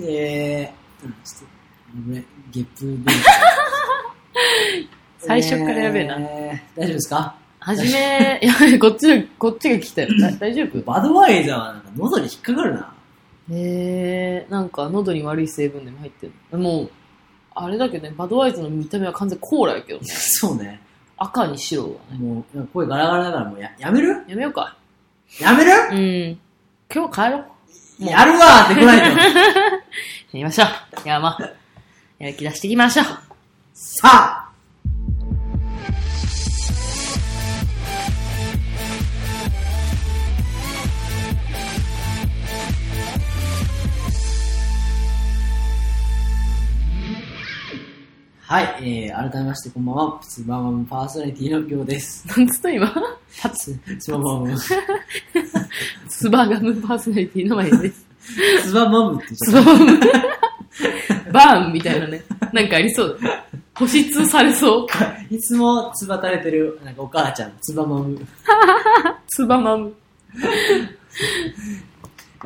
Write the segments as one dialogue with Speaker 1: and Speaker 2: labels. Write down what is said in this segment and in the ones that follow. Speaker 1: えー、うんちょっと、ね、ゲップで。
Speaker 2: 最初からやべえな
Speaker 1: えー大丈夫ですか
Speaker 2: はじめ、やばい、こっちの、こっちが来たよ。 だ大丈夫
Speaker 1: バドワイザーはなんか喉に引っかかるな。
Speaker 2: へえー、なんか喉に悪い成分でも入ってる。もう、あれだけどね、バドワイズの見た目は完全コーラやけどね。
Speaker 1: そうね。
Speaker 2: 赤に白はね。
Speaker 1: もう、なんか声ガラガラだからもうややめる
Speaker 2: やめようか。
Speaker 1: やめる
Speaker 2: うん。今日帰ろう。もう
Speaker 1: やるわーって来ないと。
Speaker 2: やりましょう。いや、まあ、やる気出していきましょう。
Speaker 1: さあはい、えー、改めましてこんばんは、プツバーマムパーソナリティのピョウです。
Speaker 2: なんつった今
Speaker 1: パツ、ツバマム。
Speaker 2: スバガムパーソナリティの前です。
Speaker 1: ツバマムって言っ
Speaker 2: ス
Speaker 1: ちゃ
Speaker 2: バ
Speaker 1: っ
Speaker 2: ガム。バーンみたいなね。なんかありそうだね。保湿されそう。
Speaker 1: た。いつもツバ垂れてる、なんかお母ちゃん、ツバマム。
Speaker 2: ツバマム。
Speaker 1: や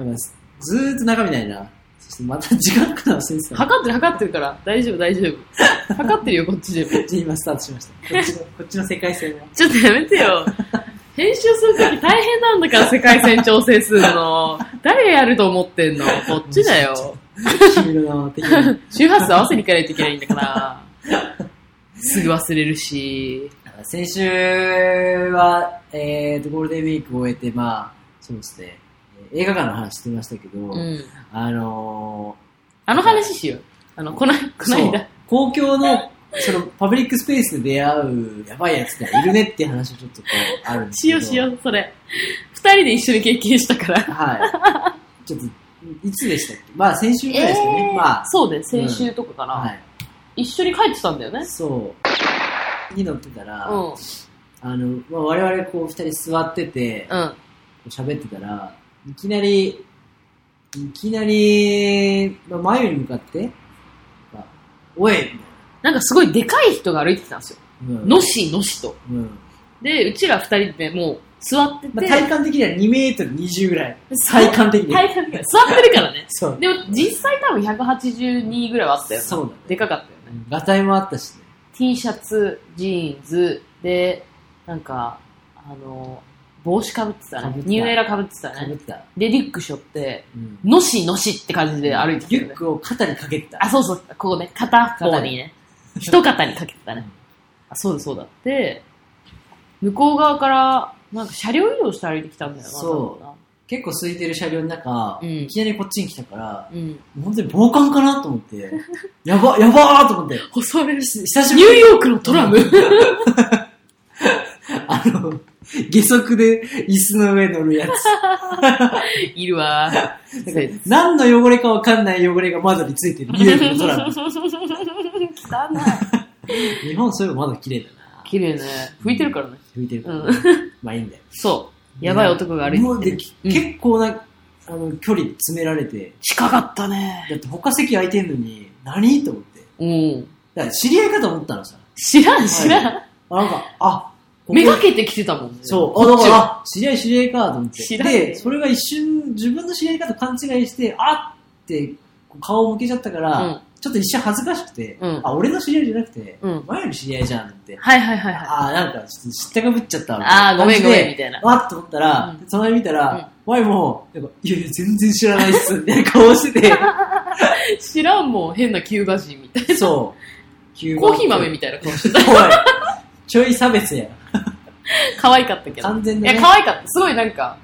Speaker 1: ばいずーっと中身ないな。そしてまた時間かな、先生。
Speaker 2: 測ってる測ってるから。大丈夫大丈夫。測ってるよ、こっちでも。
Speaker 1: じゃあ今スタートしました。こっち の、こっちの世界線は。
Speaker 2: ちょっとやめてよ。編集するとき大変なんだから、世界線調整するの。誰やると思ってんのこっちだよ。
Speaker 1: 君の名は的な。
Speaker 2: 周波数合わせに行かないといけないんだから。すぐ忘れるし。
Speaker 1: 先週は、えーと、ゴールデンウィークを終えて、まあ、そうですね、えー映画館の話してましたけど、
Speaker 2: うん。
Speaker 1: あの
Speaker 2: あの話しよう。あの、この、
Speaker 1: ー、
Speaker 2: この
Speaker 1: そう
Speaker 2: 間。
Speaker 1: 公共の、その、パブリックスペースで出会う、やばいやつがいるねっていう話をちょっとこう、あるんです
Speaker 2: し
Speaker 1: け
Speaker 2: よ
Speaker 1: ど。
Speaker 2: うしよう、それ。二人で一緒に経験したから。
Speaker 1: はい。ちょっと、いつでしたっけまあ、先週ぐらいですかね。まあ、
Speaker 2: そうだよ、先週とかかな。
Speaker 1: はい。
Speaker 2: 一緒に帰ってたんだよね。
Speaker 1: そう。に乗ってたら、
Speaker 2: うん。
Speaker 1: あの、まあ、我々こう二人座ってて、こ
Speaker 2: うん。
Speaker 1: う喋ってたら、いきなり、いきなり、まあ、眉に向かって、まあおいみたい
Speaker 2: なんかすごいでかい人が歩いてきたんですよ。
Speaker 1: なうん
Speaker 2: のしのしと。
Speaker 1: うん
Speaker 2: で、うちら二人でもう座ってて。
Speaker 1: まあ、体感的には2メートル20ぐらい。
Speaker 2: そう
Speaker 1: 体感的には。
Speaker 2: 体感が座ってるからね。
Speaker 1: そう。
Speaker 2: でも実際多分182ぐらいはあったよ。
Speaker 1: そうだね。
Speaker 2: でかかったよね。
Speaker 1: ガタイもあったしね。
Speaker 2: T シャツ、ジーンズ、で、なんか、あの、帽子かぶってた
Speaker 1: かぶ
Speaker 2: ね
Speaker 1: っ。てた
Speaker 2: ニューエラかぶってた
Speaker 1: かぶ
Speaker 2: ね
Speaker 1: っ。てた。
Speaker 2: で、リュック背負って、
Speaker 1: うん。
Speaker 2: のしのしって感じで歩いてき
Speaker 1: リュッ
Speaker 2: たよね。
Speaker 1: クを肩にかけてた。
Speaker 2: あ、そうそう、ここね、片方にね、一肩にかけてた
Speaker 1: う
Speaker 2: ね
Speaker 1: ん。
Speaker 2: あ、そうだそうだ。で、向こう側から、なんか車両移動して歩いてきたんだよな。
Speaker 1: そう
Speaker 2: 多
Speaker 1: 結構空いてる車両の中、
Speaker 2: うん
Speaker 1: いきなりこっちに来たから、
Speaker 2: 分な。うん。
Speaker 1: もう本当に暴漢かなと思って、やば、やばーと思って、
Speaker 2: 襲われるし、
Speaker 1: 久しぶ
Speaker 2: ニ
Speaker 1: り
Speaker 2: ュー
Speaker 1: に
Speaker 2: ヨークのトラム。
Speaker 1: あの、下足で椅子の上乗るや
Speaker 2: いるわ。
Speaker 1: つ。なんか何の汚れかわかんない汚れが窓についてる。ニューヨークの空に。
Speaker 2: 汚
Speaker 1: 日本そういうの窓綺麗だな。
Speaker 2: い。綺麗ね。拭いてるからね。
Speaker 1: 拭いてるから、
Speaker 2: う
Speaker 1: まあいいんだよ。
Speaker 2: そう。 やばい男が歩いて
Speaker 1: もうで
Speaker 2: る。
Speaker 1: き
Speaker 2: うん
Speaker 1: 結構な、あの、距離詰められて、
Speaker 2: 近かったね。
Speaker 1: だって他席空いてんのに、何と思って。
Speaker 2: うん。
Speaker 1: だから知り合いかと思ったのさ。
Speaker 2: 知らん、知らん。
Speaker 1: あなんか、あ、ここ
Speaker 2: めがけてきてたもんね。
Speaker 1: そう、あ、
Speaker 2: こ
Speaker 1: だ
Speaker 2: っ
Speaker 1: か
Speaker 2: ち
Speaker 1: ら
Speaker 2: は。
Speaker 1: あ知り合い知り合いかと思っ
Speaker 2: 知
Speaker 1: て。
Speaker 2: らんね
Speaker 1: で、それが一瞬、自分の知り合いかと勘違いして、あって、こう顔を向けちゃったから、
Speaker 2: うん
Speaker 1: ちょっと一瞬恥ずかしくて、
Speaker 2: うん
Speaker 1: あ、俺の知り合いじゃなくて、
Speaker 2: うん。
Speaker 1: 前の知り合いじゃんって。
Speaker 2: はいはいはいはい。
Speaker 1: あーなんか、ちょっと知ったかぶっちゃったわみたいな
Speaker 2: ああ、ごめんご
Speaker 1: 感じ
Speaker 2: めん、み
Speaker 1: で。
Speaker 2: たいな。
Speaker 1: わっと思ったら、
Speaker 2: う
Speaker 1: その辺見たら、前も、なんかいやいや、全然知らないっす、みたいな顔して
Speaker 2: 知らんもん、変なキューバ人みたい
Speaker 1: て、そう。
Speaker 2: な。コーヒー豆
Speaker 1: み
Speaker 2: みたいな顔して
Speaker 1: たいな。 おいちょい差別や。
Speaker 2: た。可愛かったけど。
Speaker 1: 完全
Speaker 2: い
Speaker 1: で、
Speaker 2: や、
Speaker 1: ね。
Speaker 2: 可愛かった。すごいなんか、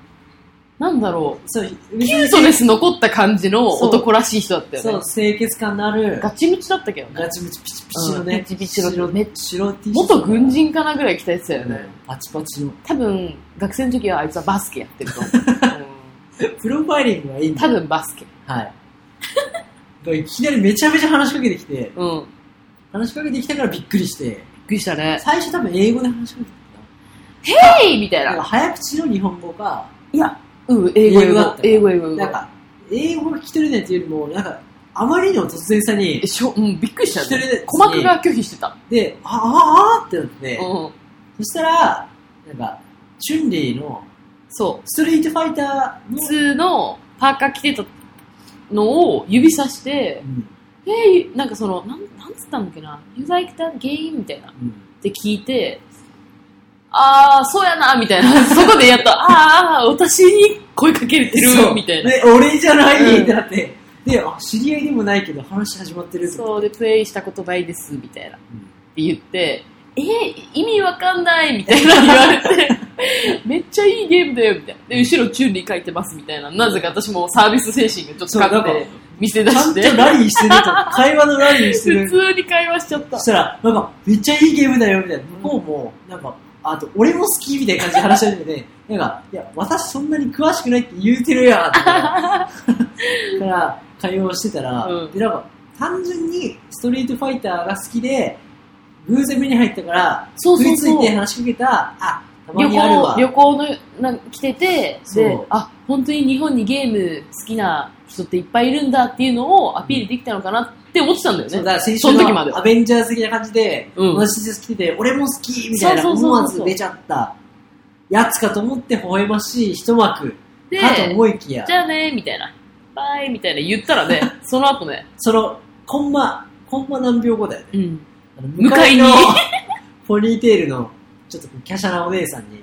Speaker 2: なんだろ
Speaker 1: そう、
Speaker 2: う。キュートです残った感じの
Speaker 1: そう
Speaker 2: 男らしい人だったよ
Speaker 1: そ
Speaker 2: ね
Speaker 1: う、。清潔感のある、
Speaker 2: ガチムチだったけどね。
Speaker 1: ガチムチピチピチの
Speaker 2: う
Speaker 1: ね、
Speaker 2: んピチピチの
Speaker 1: 白
Speaker 2: めっち
Speaker 1: 白 T シャツ
Speaker 2: 元軍人かなぐらい期待してたよ
Speaker 1: だよ
Speaker 2: ね
Speaker 1: ね。。パチパチの。
Speaker 2: 多分、学生の時はあいつはバスケやって ると思う。
Speaker 1: プロファイリングはいい
Speaker 2: うんん
Speaker 1: だ
Speaker 2: 多
Speaker 1: よ。
Speaker 2: 分バスケ。
Speaker 1: はい。だからいきなりめちゃめちゃ話しかけてきて、
Speaker 2: うん。
Speaker 1: 話しかけてきたからびっくりして、
Speaker 2: びっくりしたね。
Speaker 1: 最初多分英語で話しかけて
Speaker 2: ヘイみたい
Speaker 1: きた。なんか
Speaker 2: な。
Speaker 1: 早口の日本語か、
Speaker 2: いや、うん、英
Speaker 1: 英
Speaker 2: 語、
Speaker 1: 語
Speaker 2: 英語
Speaker 1: だっ、た
Speaker 2: 英語、英
Speaker 1: な
Speaker 2: 語。英
Speaker 1: ん
Speaker 2: 語
Speaker 1: か、英語が聞き取れないというよりも、なんか、あまりの突然さに
Speaker 2: え、しょ、うん、びっくりし
Speaker 1: 聞き
Speaker 2: た
Speaker 1: 取
Speaker 2: ね。
Speaker 1: れない。
Speaker 2: 鼓膜。が拒否してた。
Speaker 1: で、あああーってなって、
Speaker 2: うん。
Speaker 1: そしたら、なんか、チュンリーの
Speaker 2: そ
Speaker 1: ストリートファイター
Speaker 2: う。
Speaker 1: の
Speaker 2: 普通のパーカー着てたのを指さして
Speaker 1: う、ん。
Speaker 2: えー、なんかその、なん、なんつったんだっけな、ユーザー来た原因みたいな。
Speaker 1: うん。
Speaker 2: って聞いて、あー、そうやな、みたい な。そこでやっと、あー、私に声かけて
Speaker 1: そう
Speaker 2: る、みたいな。
Speaker 1: ね、俺じゃない、
Speaker 2: うん
Speaker 1: だって。で、あ、知り合いでもないけど話始まってるう。
Speaker 2: そうで、プレイしたことないです、みたいな。っ
Speaker 1: うん
Speaker 2: て言って、えー、意味わかんない、みたいな言われて、 めっちゃいいゲームだよ、みたいな。で、後ろチューリー書いてます、みたいな。なぜか私もサービス精神がち
Speaker 1: そう、
Speaker 2: ょっ
Speaker 1: なんか
Speaker 2: と高く、て、店出
Speaker 1: ちゃん
Speaker 2: し
Speaker 1: と
Speaker 2: て、
Speaker 1: ラリーしてると、会話のラリーして
Speaker 2: 普
Speaker 1: る。
Speaker 2: 通に会話しちゃった
Speaker 1: そし。たら、なんか、めっちゃいいゲームだよ、みたいな。向こうも、なんか、あと、俺も好き、みたいな感じで話し始めて、 なんか、いや、私そんなに詳しくないって言うてるやん、 って。から、会話をしてたら、
Speaker 2: うん
Speaker 1: で、なんか、単純にストリートファイターが好きで、偶然目に入ったから、
Speaker 2: そうそうそう
Speaker 1: 食いついて話しかけた、あ、たま
Speaker 2: 旅
Speaker 1: にある
Speaker 2: 行
Speaker 1: わ。
Speaker 2: 旅行のなん来てて
Speaker 1: そう
Speaker 2: であ本当に日本にゲーム好きな人っていっぱいいるんだっていうのをアピールできたのかなって思ってたんだよね
Speaker 1: そうだから先
Speaker 2: そ
Speaker 1: 週
Speaker 2: の時まで
Speaker 1: のア
Speaker 2: は
Speaker 1: ベンジャーズ的な感じで、
Speaker 2: うん
Speaker 1: 同じです来てて、俺も好きみたいな
Speaker 2: そうそう
Speaker 1: 思わ
Speaker 2: そう
Speaker 1: ず
Speaker 2: そう
Speaker 1: 出ちゃったやつかと思って微笑ましい一幕
Speaker 2: で
Speaker 1: かと思いきや
Speaker 2: じ、ゃあねみたいなバイみたいな言ったらねその後ね、
Speaker 1: その、コンマ、コンマ何秒後だよね。
Speaker 2: うん、
Speaker 1: あの
Speaker 2: 向かいに
Speaker 1: のポニーテールの、ちょっと華奢なお姉さんに、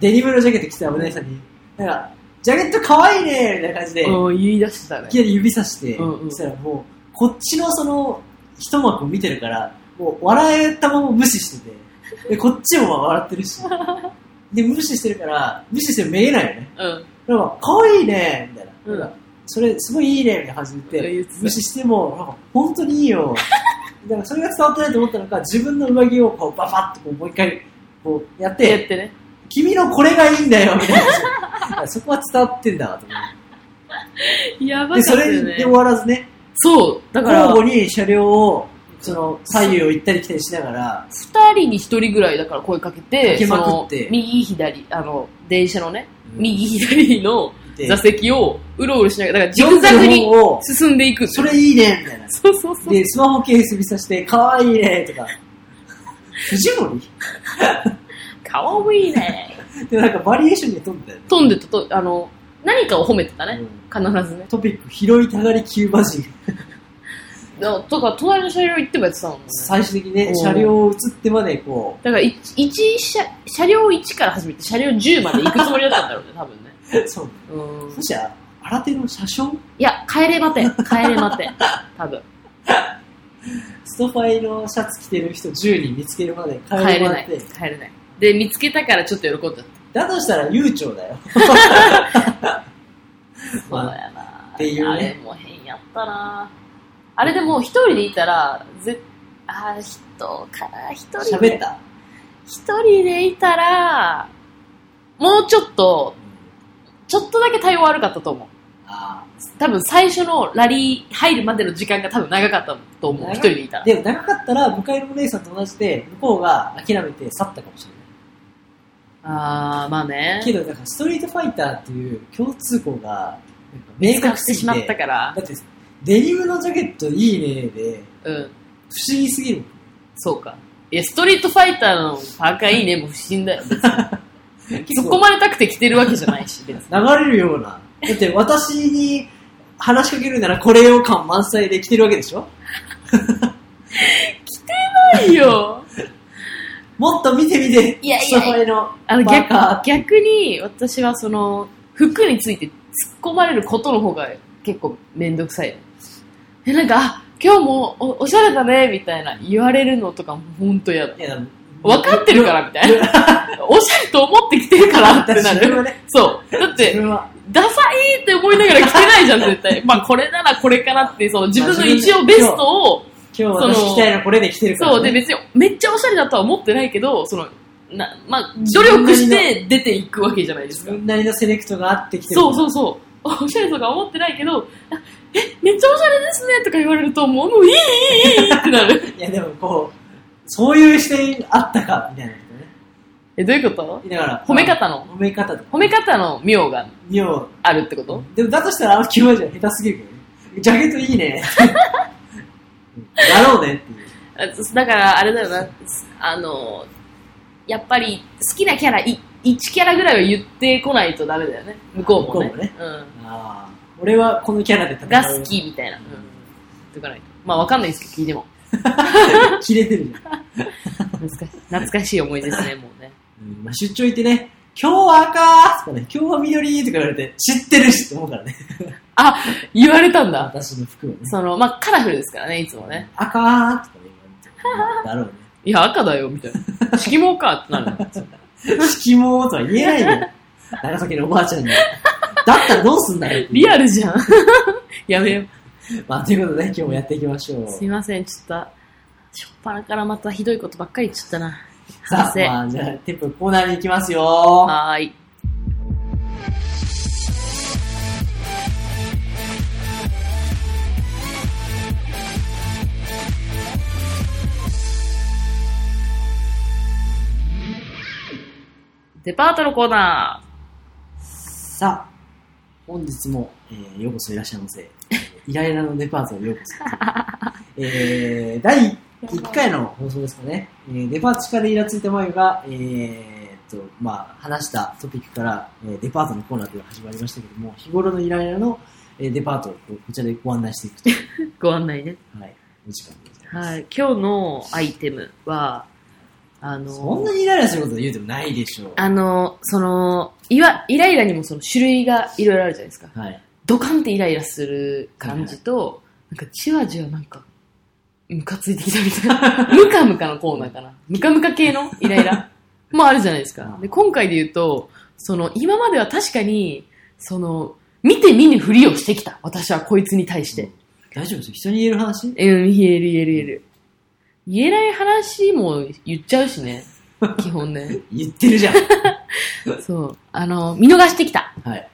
Speaker 1: デニムのジャケット着てたお姉さんに、なんか、ジャケット可愛いねみたいな感じで、
Speaker 2: うん言い出してたね
Speaker 1: いきなり指さして、
Speaker 2: うんうん
Speaker 1: そしたらもう、こっちのその、一幕を見てるから、もう笑えたまま無視してて、で、こっちも笑ってるし、で、無視してるから、無視しても見えないよね。
Speaker 2: うん
Speaker 1: なんか、可愛いねみたいな。
Speaker 2: うん
Speaker 1: なんか、それ、すごいいいねみたいな感じで
Speaker 2: うん言
Speaker 1: 言っ
Speaker 2: っ
Speaker 1: てて
Speaker 2: た、
Speaker 1: 無視しても、なんか、本当にいいよ。だから、それが伝わってないと思ったのか、自分の上着をこう、ババッとこう、もう一回、こう、やっ、
Speaker 2: やっててね
Speaker 1: 君のこれがいいんだよ、みたいな感じで。 そこは伝わってんだなと思っ
Speaker 2: やば
Speaker 1: て。で、
Speaker 2: かった
Speaker 1: それ
Speaker 2: よ
Speaker 1: で
Speaker 2: ね
Speaker 1: 終わらずね、
Speaker 2: そうだか
Speaker 1: 交
Speaker 2: ら
Speaker 1: 互に車両をその左右を行ったり来たりしながら、
Speaker 2: 2人に1人ぐらいだから声かけて
Speaker 1: かけまくって
Speaker 2: その右左あの電車のね、
Speaker 1: うん
Speaker 2: 右左の
Speaker 1: で
Speaker 2: 座席をうろうろしながらだからジグザグ
Speaker 1: 四
Speaker 2: に
Speaker 1: 部を
Speaker 2: 進んでいく
Speaker 1: それいいねみたいな。
Speaker 2: そうそうそう。
Speaker 1: で、スマホケース指さして、かわいいねとか。藤森
Speaker 2: かわいいね。
Speaker 1: で、なんかバリエーションに飛んだよね。
Speaker 2: 飛んでたと、あの、何かを褒めてたね。必ずね。
Speaker 1: トピック、拾いたがりキューバ人。
Speaker 2: だとから、隣の車両行ってもやってたもんね。
Speaker 1: 最終的に
Speaker 2: う
Speaker 1: ね、
Speaker 2: ん
Speaker 1: 車両を移ってまでこ
Speaker 2: だから、い一車、車両1から始めて、車両10まで行くつもりだったんだろうね、多分ね。
Speaker 1: う、そう。
Speaker 2: うん。
Speaker 1: そしたら、新手の車掌
Speaker 2: いや、帰れ待て。帰れ待て。多分。
Speaker 1: ストファイのシャツ着てる人10人見つけるまで帰
Speaker 2: 帰
Speaker 1: り
Speaker 2: れ
Speaker 1: 回
Speaker 2: な
Speaker 1: っ
Speaker 2: い。
Speaker 1: て。
Speaker 2: 帰れない。で、見つけたからちょっと喜んじゃっ
Speaker 1: だとしたら悠長だよ。
Speaker 2: た。そう
Speaker 1: まあ
Speaker 2: やな。
Speaker 1: っていうね
Speaker 2: あれも変やったな。あれでも、一人でいたら、ぜあー、人かな、一人で。
Speaker 1: 喋った。
Speaker 2: 一人でいたら、もうちょっと、ちょっとだけ対応悪かったと思う。
Speaker 1: あ
Speaker 2: 多分最初のラリー入るまでの時間が多分長かったと思う。
Speaker 1: 長い
Speaker 2: 一人でいた
Speaker 1: あ
Speaker 2: ら。
Speaker 1: でも長かったら、向かいのお姉さんと同じで、向こうが諦めて去ったかもしれない。
Speaker 2: あー、まあね。
Speaker 1: けど、なんかストリートファイターっていう共通項が、明
Speaker 2: 使っ
Speaker 1: 確
Speaker 2: て
Speaker 1: すぎ
Speaker 2: しまった
Speaker 1: て。
Speaker 2: から。
Speaker 1: だって、デニムのジャケットいいねで、
Speaker 2: うん。
Speaker 1: 不思議すぎる。
Speaker 2: そうか。いや、ストリートファイターのパーカーいいね、もう不審だよ。別に突っ込まれたくて着てるわけじゃないし、別に。
Speaker 1: 流れるような。だって、私に話しかけるならこれよ感満載で来てるわけでしょ
Speaker 2: ないよ。
Speaker 1: もっと見て見て、
Speaker 2: いやいや
Speaker 1: ストファイの
Speaker 2: あの
Speaker 1: バカ
Speaker 2: 逆、逆に私はその、服について突っ込まれることの方が結構めんどくさい。え、なんか、あ、今日もおおしゃれだね、みたいな言われるのとかもほんと嫌だ。
Speaker 1: いや
Speaker 2: 分かってるから、みたい な。おしゃれと思ってきてるからってな
Speaker 1: 自分は
Speaker 2: る。
Speaker 1: ね、
Speaker 2: そう。だっ
Speaker 1: 自
Speaker 2: て、
Speaker 1: 分は、
Speaker 2: ダサいって思いながら着てないじゃん、絶 対。まあ、これならこれかなって、その自分の一応ベストを、
Speaker 1: 今日私着たいなこれで来てるから、ね。
Speaker 2: そう、で別にめっちゃおしゃれだとは思ってないけど、その、な、まあ、努力して出ていくわけじゃないです
Speaker 1: 自
Speaker 2: か。
Speaker 1: 分なりのセレクトがあってきてる。
Speaker 2: そうそうそう。お しゃれとか思ってないけど、あえ、めっちゃおしゃれですねとか言われると、もう、もういい、いい、いいってな る。
Speaker 1: いや、でもこう、そういう視点あったか、みたいなことね。
Speaker 2: え、どういうこと
Speaker 1: だから、
Speaker 2: 褒め方の
Speaker 1: 褒め方とか。
Speaker 2: 褒め方の妙が
Speaker 1: 妙。
Speaker 2: あるってこと
Speaker 1: でも、だとしたら、あのキューバ人は下手すぎるけどね。ジャケットいいね。だろうねっていう。
Speaker 2: あだから、あれだよな、あの、やっぱり好きなキャラい、1キャラぐらいは言ってこないとダメだよね。向こうも
Speaker 1: 向
Speaker 2: ね。
Speaker 1: こうもね
Speaker 2: うん。
Speaker 1: ああ。俺はこのキャラで戦う。
Speaker 2: が好きみたいな。うん。とかないと。まあわかんないですけど、聞いても。
Speaker 1: 切れてるじゃん。
Speaker 2: 懐かしい。懐かしい思い出ですね、もう ね。
Speaker 1: うんまあ、出張行ってね、今日は赤とかね、今日は緑とか言われて、知ってるしって思うからね。
Speaker 2: 言われたんだ。
Speaker 1: 私の服をね。
Speaker 2: その、まあカラフルですからね、いつもね。
Speaker 1: 赤ーとかね、言われて。だろうね。
Speaker 2: いや、赤だよ、みたいな。色毛かってなる。
Speaker 1: 色毛とは言え ないよ。長崎のおばあちゃんに。だったらどうすんだよ。
Speaker 2: リアルじゃん。 やめよ
Speaker 1: まあ、ということで、ね、今日もやっていきましょう
Speaker 2: う。。すいません、ちょっと、しょっぱなからまたひどいことばっかり言っちゃったな。
Speaker 1: さ
Speaker 2: 反
Speaker 1: あ、
Speaker 2: 省。
Speaker 1: まあ、じゃあ、テップコーナーに行きますよ。
Speaker 2: はーい。デパートのコーナ
Speaker 1: さあ、本日も、えー、ようこそいらっしゃいま せ。えーイライラのデパートへようこそ。えー、第1回の放送ですかね。えー、デパート地下でイラついた眉が、えー、っと、まあ、話したトピックから、えーデパートのコーナーというのが始まりましたけども、日頃のイライラの、えーデパートをこちらでご案内していくという、
Speaker 2: ー。ご案内ね。
Speaker 1: はい、お時間でございます。
Speaker 2: はい。今日のアイテムは、あの、
Speaker 1: そんなにイライラすること言うてもないでしょう。
Speaker 2: あの、その、いわ、イライラにもその種類がいろいろあるじゃないですか。
Speaker 1: はい。
Speaker 2: ドカンってイライラする感じと、なんかじわじわなんか、ムカついてきたみたいな。 ムカムカのコーナーかな。ムカムカ系のイライラもあるじゃないですか。で、今回で言うと、その、今までは確かに、その、見て見ぬふりをしてきた。私はこいつに対して。
Speaker 1: 大丈夫ですよ。人に言える話
Speaker 2: うん、言える言える言える。言えない話も言っちゃうしね。基本ね。
Speaker 1: 言ってるじゃん。
Speaker 2: そう。あの、見逃してきた。
Speaker 1: はい。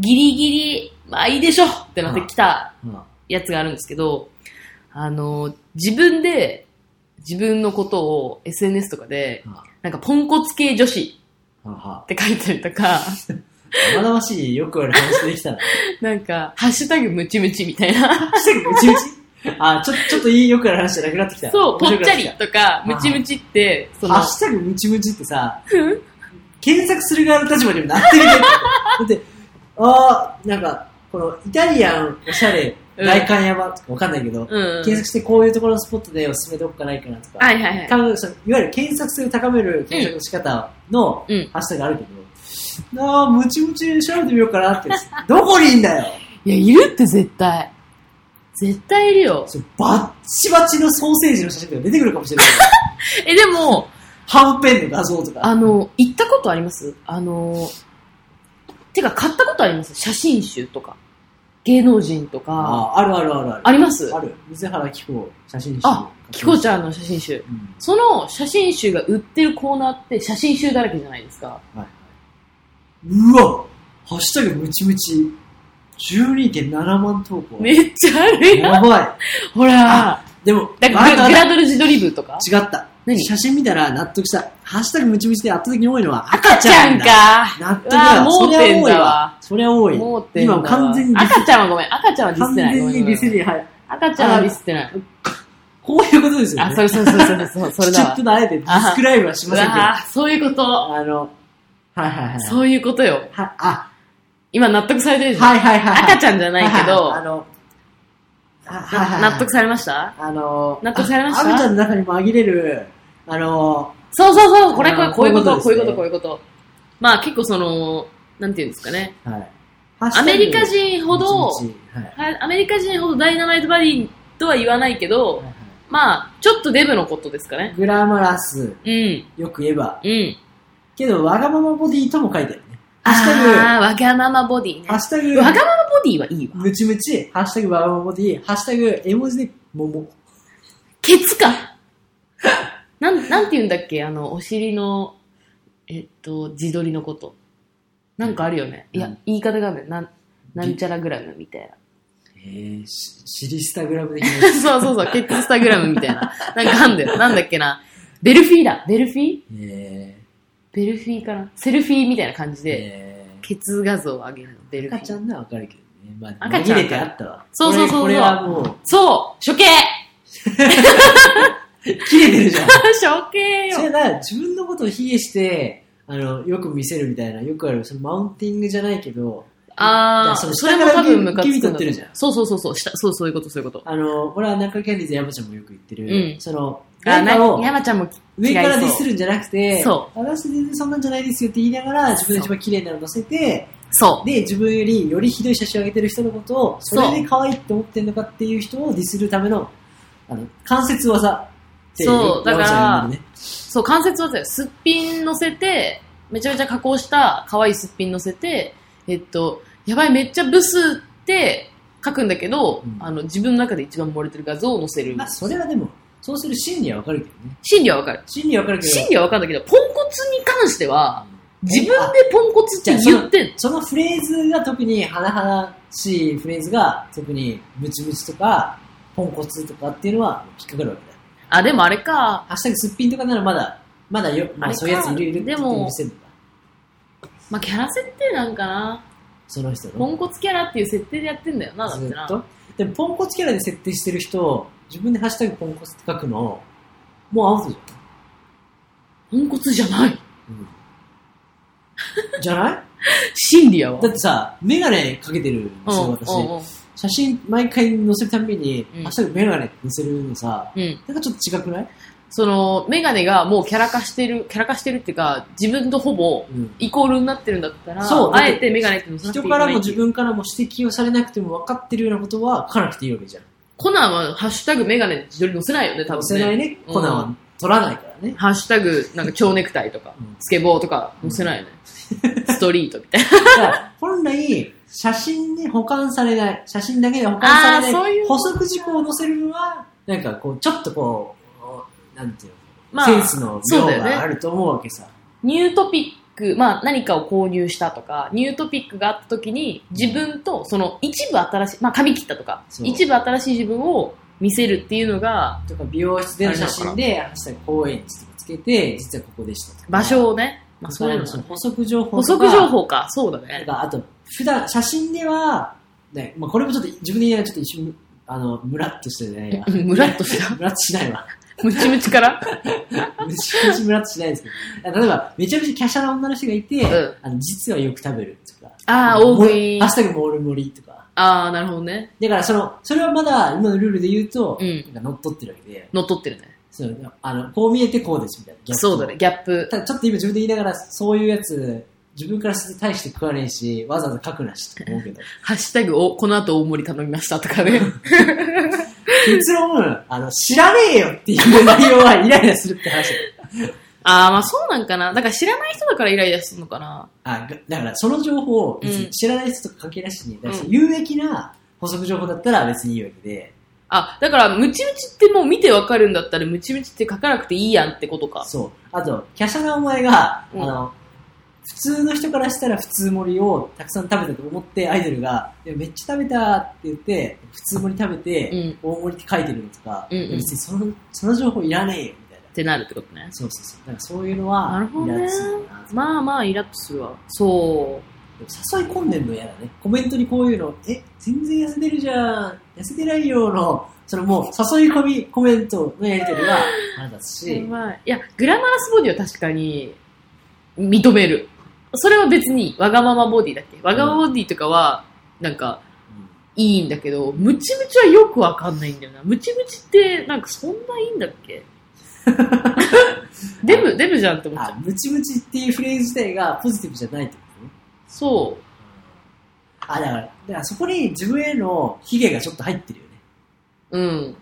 Speaker 2: ギリギリ、まあいいでしょってなってきた
Speaker 1: うん
Speaker 2: やつがあるんですけど、あの、自分で、自分のことを SNS とかで
Speaker 1: は、
Speaker 2: なんかポンコツ系女子っ
Speaker 1: はは
Speaker 2: て書いたり とか、
Speaker 1: 生々しいよくある話できたな。
Speaker 2: なんか、ハッシュタグムチムチみた いな、
Speaker 1: ハッシュタグムチムチあ、ちょ、ちょっといいよくある話じゃなくなってきた。
Speaker 2: そう、ぽっ
Speaker 1: 面白く
Speaker 2: ち
Speaker 1: な
Speaker 2: ゃ
Speaker 1: てき
Speaker 2: り
Speaker 1: た
Speaker 2: とか、ムチムチって、その
Speaker 1: ハッ、シュタグムチムチってさ、検索する側の立場にもなってみて る。だって、あー、なんか、このイタリアン、おしゃれ、
Speaker 2: うん
Speaker 1: 外観山とかわかんないけど、
Speaker 2: うん。
Speaker 1: 検索してこういうところのスポットでおすすめどこかないかなとか、
Speaker 2: はいはいはい。
Speaker 1: 多分そのいわゆる検索性を高める検索の仕方の
Speaker 2: うんうん
Speaker 1: ハッシュタグあるけど、なあ、ムチムチ調べてみようかな って。どこにいんだよ
Speaker 2: いや、いるって絶対。絶対いる よ。
Speaker 1: そうバッチバチのソーセージの写真とか出てくるかもしれない。
Speaker 2: え、でも、
Speaker 1: はんぺんの画像とか。
Speaker 2: あの、行ったことありますあの、てか買ったことあります写真集とか。芸能人とか。
Speaker 1: あ、あるあるあるある。
Speaker 2: あります
Speaker 1: ある。水原希子、写真集。
Speaker 2: あ、キコちゃんの写真集。
Speaker 1: うん。
Speaker 2: その写真集が売ってるコーナーって写真集だらけじゃないですか。
Speaker 1: はいはい。うわハッシュタグムチムチ。12.7万投稿。
Speaker 2: めっちゃあるやん。
Speaker 1: やば
Speaker 2: ほら、
Speaker 1: い。でも、
Speaker 2: だか
Speaker 1: あ
Speaker 2: ら
Speaker 1: る
Speaker 2: グ
Speaker 1: あ
Speaker 2: ラ
Speaker 1: る
Speaker 2: グラドル自撮り部とか。
Speaker 1: 違った。
Speaker 2: 何
Speaker 1: 写真見たら納得した。ハッシュタグムチムチで圧倒的に多いのは
Speaker 2: 赤
Speaker 1: 赤
Speaker 2: ち
Speaker 1: ち
Speaker 2: ゃ
Speaker 1: ゃ
Speaker 2: ん
Speaker 1: んだ。
Speaker 2: か。
Speaker 1: 納得だわ。
Speaker 2: うわ
Speaker 1: そりゃ
Speaker 2: 盲点
Speaker 1: 多い
Speaker 2: だ
Speaker 1: わ
Speaker 2: わ。
Speaker 1: そりゃ多い。
Speaker 2: 思ってんだわ
Speaker 1: 今完全にディス
Speaker 2: 赤ちゃんはごめん。赤ちゃんはディス
Speaker 1: 完
Speaker 2: ってない。
Speaker 1: 全
Speaker 2: ごめん
Speaker 1: に
Speaker 2: ごめ
Speaker 1: ディ
Speaker 2: ん
Speaker 1: スに入る。
Speaker 2: 赤ちゃんはディスってない。
Speaker 1: こういうことですよね。
Speaker 2: あ、それそれそれそれそれそ
Speaker 1: ちょ
Speaker 2: れだ
Speaker 1: っ
Speaker 2: わ
Speaker 1: と。のあえてディスクライブはし
Speaker 2: う
Speaker 1: ませんけど。
Speaker 2: わーそういうこと。
Speaker 1: あの、はいはいはい。
Speaker 2: そういうことよ。
Speaker 1: は、あ、
Speaker 2: 今納得されてるじゃん。
Speaker 1: はいはいはいはい。
Speaker 2: 赤ちゃんじゃないけど、
Speaker 1: はいはいはいあの、あはいはいはい
Speaker 2: 納得されました
Speaker 1: あの、
Speaker 2: 納得されました
Speaker 1: あ赤ちゃんの中に紛れる、あの、
Speaker 2: そうそうそう、これこ
Speaker 1: あ
Speaker 2: れ、
Speaker 1: ー
Speaker 2: こういうこと、
Speaker 1: こ
Speaker 2: こ
Speaker 1: う
Speaker 2: う
Speaker 1: い
Speaker 2: いうう
Speaker 1: こ
Speaker 2: ことと、こういうこと。まあ結構その、なんていうんですかね。
Speaker 1: はい。
Speaker 2: アメリカ人ほど、
Speaker 1: 一日はいはい
Speaker 2: はアメリカ人ほどダイナマイトバディとは言わないけど、
Speaker 1: は
Speaker 2: まあ、ちょっとデブのことですか
Speaker 1: い
Speaker 2: ね。
Speaker 1: グラマラス、
Speaker 2: うん、
Speaker 1: よく言えば、
Speaker 2: うん。
Speaker 1: けど、わがままボディとも書いてあるね。ハッシュタグ、
Speaker 2: あー、わがままボディね。
Speaker 1: ハッ
Speaker 2: わ
Speaker 1: シュタグ、
Speaker 2: がままボディはいいわ。
Speaker 1: ムチムチ、ハッシュタグわがままボディ、ハッシュタグ絵文字で桃。
Speaker 2: ケツ か。なん、なんて言うんだっけあの、お尻の、えっと、自撮りのこと。なんかあるよね。いや、
Speaker 1: うん
Speaker 2: 言い方があるね。なん、なんちゃらグラムみたいな。
Speaker 1: えー、しシリスタグラム 的
Speaker 2: そうそうそう、ケツスタグラムみたいな。なんかあんだよ。なんだっけな。ベルフィーだ。ベルフィー
Speaker 1: に。え
Speaker 2: ベルフィーかなセルフィーみたいな感じ
Speaker 1: ー、
Speaker 2: で、
Speaker 1: えー
Speaker 2: ケツ画像を上げるの、ベルフィ
Speaker 1: 赤ちゃ
Speaker 2: ー。
Speaker 1: んのはわかるけどね。まあ、
Speaker 2: 赤ちゃん
Speaker 1: 紛れてあったわ。
Speaker 2: そうそうそうそう
Speaker 1: これこれはもう、
Speaker 2: そう 処刑
Speaker 1: 切れてるじゃん。
Speaker 2: 処刑
Speaker 1: そ
Speaker 2: よ
Speaker 1: れな、自分のことを卑下して、あの、よく見せるみたいな、よくある、そのマウンティングじゃないけど、
Speaker 2: あ
Speaker 1: だ
Speaker 2: あ、
Speaker 1: から
Speaker 2: そ
Speaker 1: そ
Speaker 2: れ
Speaker 1: の
Speaker 2: も
Speaker 1: 下から
Speaker 2: 多分ムカつく
Speaker 1: 切
Speaker 2: んだと思う
Speaker 1: り取ってるじゃん
Speaker 2: そうそうそうそう、下そうそういうこと、そういうこと。
Speaker 1: あの、俺は南海キャンディーズ山ちゃんもよく言ってる、
Speaker 2: うん
Speaker 1: その、
Speaker 2: あ、
Speaker 1: 何
Speaker 2: な
Speaker 1: かを
Speaker 2: 山ちゃんも
Speaker 1: 上からディ
Speaker 2: そ
Speaker 1: ス
Speaker 2: う。
Speaker 1: るんじゃなくて、
Speaker 2: そ
Speaker 1: 私全然そんなんじゃないですよって言いながら、自分で一番綺麗なの乗せて、
Speaker 2: そ
Speaker 1: で、自分よりよりひどい写真を上げてる人のことを、そ
Speaker 2: そう
Speaker 1: れで可愛いって思ってるのかっていう人をディスるための、あの、関節技っていう
Speaker 2: そうだから
Speaker 1: 山ちゃんが言うんだよね
Speaker 2: う。そう、関節技だよ。すっぴん乗せて、めちゃめちゃ加工した可愛いすっぴん乗せて、えっと、やばい、めっちゃブスって書くんだけど、
Speaker 1: うん
Speaker 2: あの、自分の中で一番漏れてる画像を載せる
Speaker 1: ま。あ、それはでも、そうする心理はわかるけどね。
Speaker 2: 心理はわかる。
Speaker 1: 心理はわかるけど、
Speaker 2: 心理はわかるんだけど、ポンコツに関しては、自分
Speaker 1: あ
Speaker 2: でポンコツって言ってん
Speaker 1: そのフレーズが特に、華々しいフレーズが、特に、ムチムチとか、ポンコツとかっていうのは引っかかるわけだよ。
Speaker 2: あ、でもあれか、
Speaker 1: ハッシュタグすっぴんとかならまだ、まだよ、まあ
Speaker 2: あれか
Speaker 1: そういうやついるいるって言っても見せるのか。
Speaker 2: まあ、キャラ設定なんかな。
Speaker 1: その人の。
Speaker 2: ポンコツキャラっていう設定でやってんだよな、だっ
Speaker 1: ず
Speaker 2: て
Speaker 1: っ
Speaker 2: な。
Speaker 1: と。でもポンコツキャラで設定してる人、自分でハッシュタグポンコツって書くの、もうアウトじ
Speaker 2: ポンコツじゃない。
Speaker 1: ゃん。 うん、じゃない
Speaker 2: 心理やわ。
Speaker 1: だってさ、メガネかけてるんですよ、私。
Speaker 2: うんうん
Speaker 1: 写真毎回載せるたんびに、
Speaker 2: うん
Speaker 1: ハッシュタグメガネって載せるのさ、
Speaker 2: うんうん。
Speaker 1: なんかちょっと違くない
Speaker 2: その、メガネがもうキャラ化してる、キャラ化してるっていうか、自分とほぼ
Speaker 1: うん
Speaker 2: イコールになってるんだったら、
Speaker 1: そう
Speaker 2: あえてメガネってのさなくて
Speaker 1: 人
Speaker 2: いい
Speaker 1: からも自
Speaker 2: のに。
Speaker 1: 分からも指摘をされなくても分かってるようなことは書かなくていいわけじゃん。
Speaker 2: コナンはハッシュタグメガネで自撮り載せないよね、多
Speaker 1: 載
Speaker 2: 分
Speaker 1: せない
Speaker 2: ね。
Speaker 1: ね、
Speaker 2: うん
Speaker 1: コナンは取らないからね。
Speaker 2: ハッシュタグ、なんか蝶ネクタイとか
Speaker 1: うん、
Speaker 2: スケボーとか載せないよね。ストリートみたいな。
Speaker 1: だから本来、写真に保管されない、写真だけで保管されない、
Speaker 2: あーそういう
Speaker 1: 補足事項を載せるのは、なんかこう、ちょっとこう、なんていうの、
Speaker 2: ま
Speaker 1: セン
Speaker 2: あ、
Speaker 1: スの
Speaker 2: そ
Speaker 1: 量
Speaker 2: うだよね
Speaker 1: があると思うわけさ。
Speaker 2: ニュートピック、まあ何かを購入したとか、ニュートピックがあった時に、自分とその一部新しい、まあ髪切ったとか、
Speaker 1: そう
Speaker 2: 一部新しい自分を見せるっていうのが、
Speaker 1: とか、美容室での写真で、ハッシュタグ公園室とかつけて、実はここでしたとか。
Speaker 2: 場所をね、まあ
Speaker 1: そ
Speaker 2: そう
Speaker 1: う
Speaker 2: い
Speaker 1: いうう
Speaker 2: の
Speaker 1: のそ
Speaker 2: が
Speaker 1: の補足情報
Speaker 2: 補
Speaker 1: とか
Speaker 2: 足情報か、そうだ
Speaker 1: と
Speaker 2: ね。
Speaker 1: か、あと、普段、写真では、ね、まあ、これもちょっと自分で言うのはちょっと一瞬、あの、ムラっとしてるじゃないや。
Speaker 2: うん ムラっとし た。
Speaker 1: ムラっとしないわ。
Speaker 2: ムチムチから。
Speaker 1: むちむちムラっとしないですけど。例えば、めちゃめちゃ華奢な女の人がいて、
Speaker 2: ん
Speaker 1: あの実はよく食べるとか。
Speaker 2: ああ、大食い
Speaker 1: ハッ。シュタグモール盛りとか。
Speaker 2: ああ、なるほどね。
Speaker 1: だから、その、それはまだ今のルールで言うと、
Speaker 2: うん
Speaker 1: なんか乗っ取ってるわけで、
Speaker 2: 乗っ取ってるね。
Speaker 1: そのあのこう見えてこうですみたいな。ギャップ
Speaker 2: そうだね、。ギャップ。
Speaker 1: ただちょっと今自分で言いながら、そういうやつ、自分から大して食わねえし、わざわざ書くなしと思うけど。
Speaker 2: ハッシュタグを、この後大盛り頼みましたとかね。
Speaker 1: 結論、あの、知らねえよっていう内容はイライラするって話。
Speaker 2: ああ、まあそうなんかな。だから知らない人だからイライラするのかな。
Speaker 1: あがだから、その情報を別
Speaker 2: うん
Speaker 1: に知らない人とか関係なしに、だから
Speaker 2: うん
Speaker 1: 有益な補足情報だったら別にいいわけで、
Speaker 2: あ、だから、ムチムチってもう見てわかるんだったら、ムチムチって書かなくていいやんってことか。
Speaker 1: そう。あと、華奢なお前が、
Speaker 2: うん
Speaker 1: あの、普通の人からしたら普通盛りをたくさん食べたと思って、アイドルが、いやめっちゃ食べたって言って、普通盛り食べて、
Speaker 2: うん
Speaker 1: 大盛りって書いてるのとか、
Speaker 2: うんうん
Speaker 1: いや別にそのその情報いらねえよ、みたいな
Speaker 2: っ。てなるってことね。
Speaker 1: そうそうそう。だからそういうのは、
Speaker 2: なるほどね
Speaker 1: イライラするかな
Speaker 2: まあまあ、イラッとするわ。そ
Speaker 1: 誘い込んでんの嫌だね。コメントにこういうの、え、全然痩せてるじゃん、痩せてないよの、そのもう誘い込みコメントのやりとりが腹立つ
Speaker 2: う。
Speaker 1: し、
Speaker 2: まあ、いや、グラマラスボディは確かに、認める。それは別に、わがままボディだっけわがままボディとかは、なんか、いいんだけど、ムチムチはよくわかんないんだよな。ムチムチって、なんかそんないいんだっけデブ、デブじゃんって
Speaker 1: う
Speaker 2: 思
Speaker 1: ん
Speaker 2: っちゃう。
Speaker 1: あ、ムチムチっていうフレーズ自体がポジティブじゃないってことね。
Speaker 2: そう。
Speaker 1: あ、だから、だからそこに自分へのヒゲがちょっと入ってるよね。
Speaker 2: うん。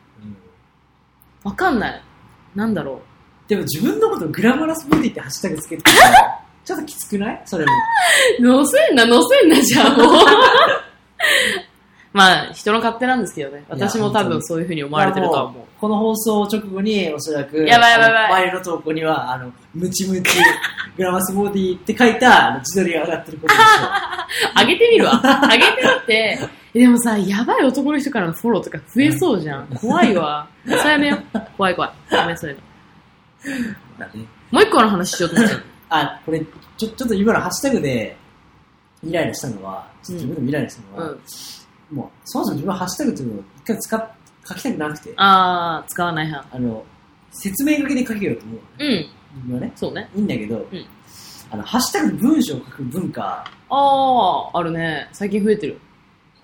Speaker 2: わかんない。なんだろ
Speaker 1: でも自分のことグラマラスボディってハッシュタグつけてたら、ちょっときつくないそれも。
Speaker 2: う。乗せんな、乗せんな、じゃあもう。まあ、人の勝手なんですけどね。私も
Speaker 1: 本
Speaker 2: 多
Speaker 1: 当
Speaker 2: 分
Speaker 1: に
Speaker 2: そういうふうに思われてるとは
Speaker 1: も
Speaker 2: 思
Speaker 1: うこの放送直後に、おそらく、
Speaker 2: やばいやばいやばい
Speaker 1: あの前の投稿には、あの、ムチムチ、グラマスボディって書いた、あの自撮りが上がってること でし
Speaker 2: う。あげてみる わ。あげてみて。えでもさ、やばい男の人からのフォローとか増えそうじゃん。怖いわ。それやめよう。怖い怖い。やめそういうの。
Speaker 1: ょうだね。
Speaker 2: もう一個の話しようと思って。
Speaker 1: あ、これ、ちょ、ちょっと今のハッシュタグで、イライラしたのは、ちょっと自分でもイライラしたの
Speaker 2: う
Speaker 1: は、
Speaker 2: ん。
Speaker 1: もう、そもそも自分はハッシュタグっていうのを一回使っ、書きたくなくて、あ
Speaker 2: あー、使わない派。
Speaker 1: の、説明書きで書けようと思う。
Speaker 2: うん。
Speaker 1: 自分はね、
Speaker 2: そうね。
Speaker 1: いいんだけど、
Speaker 2: うん
Speaker 1: あの、ハッシュタグで文章を書く文化、
Speaker 2: ああ、あるね。最近増えてる。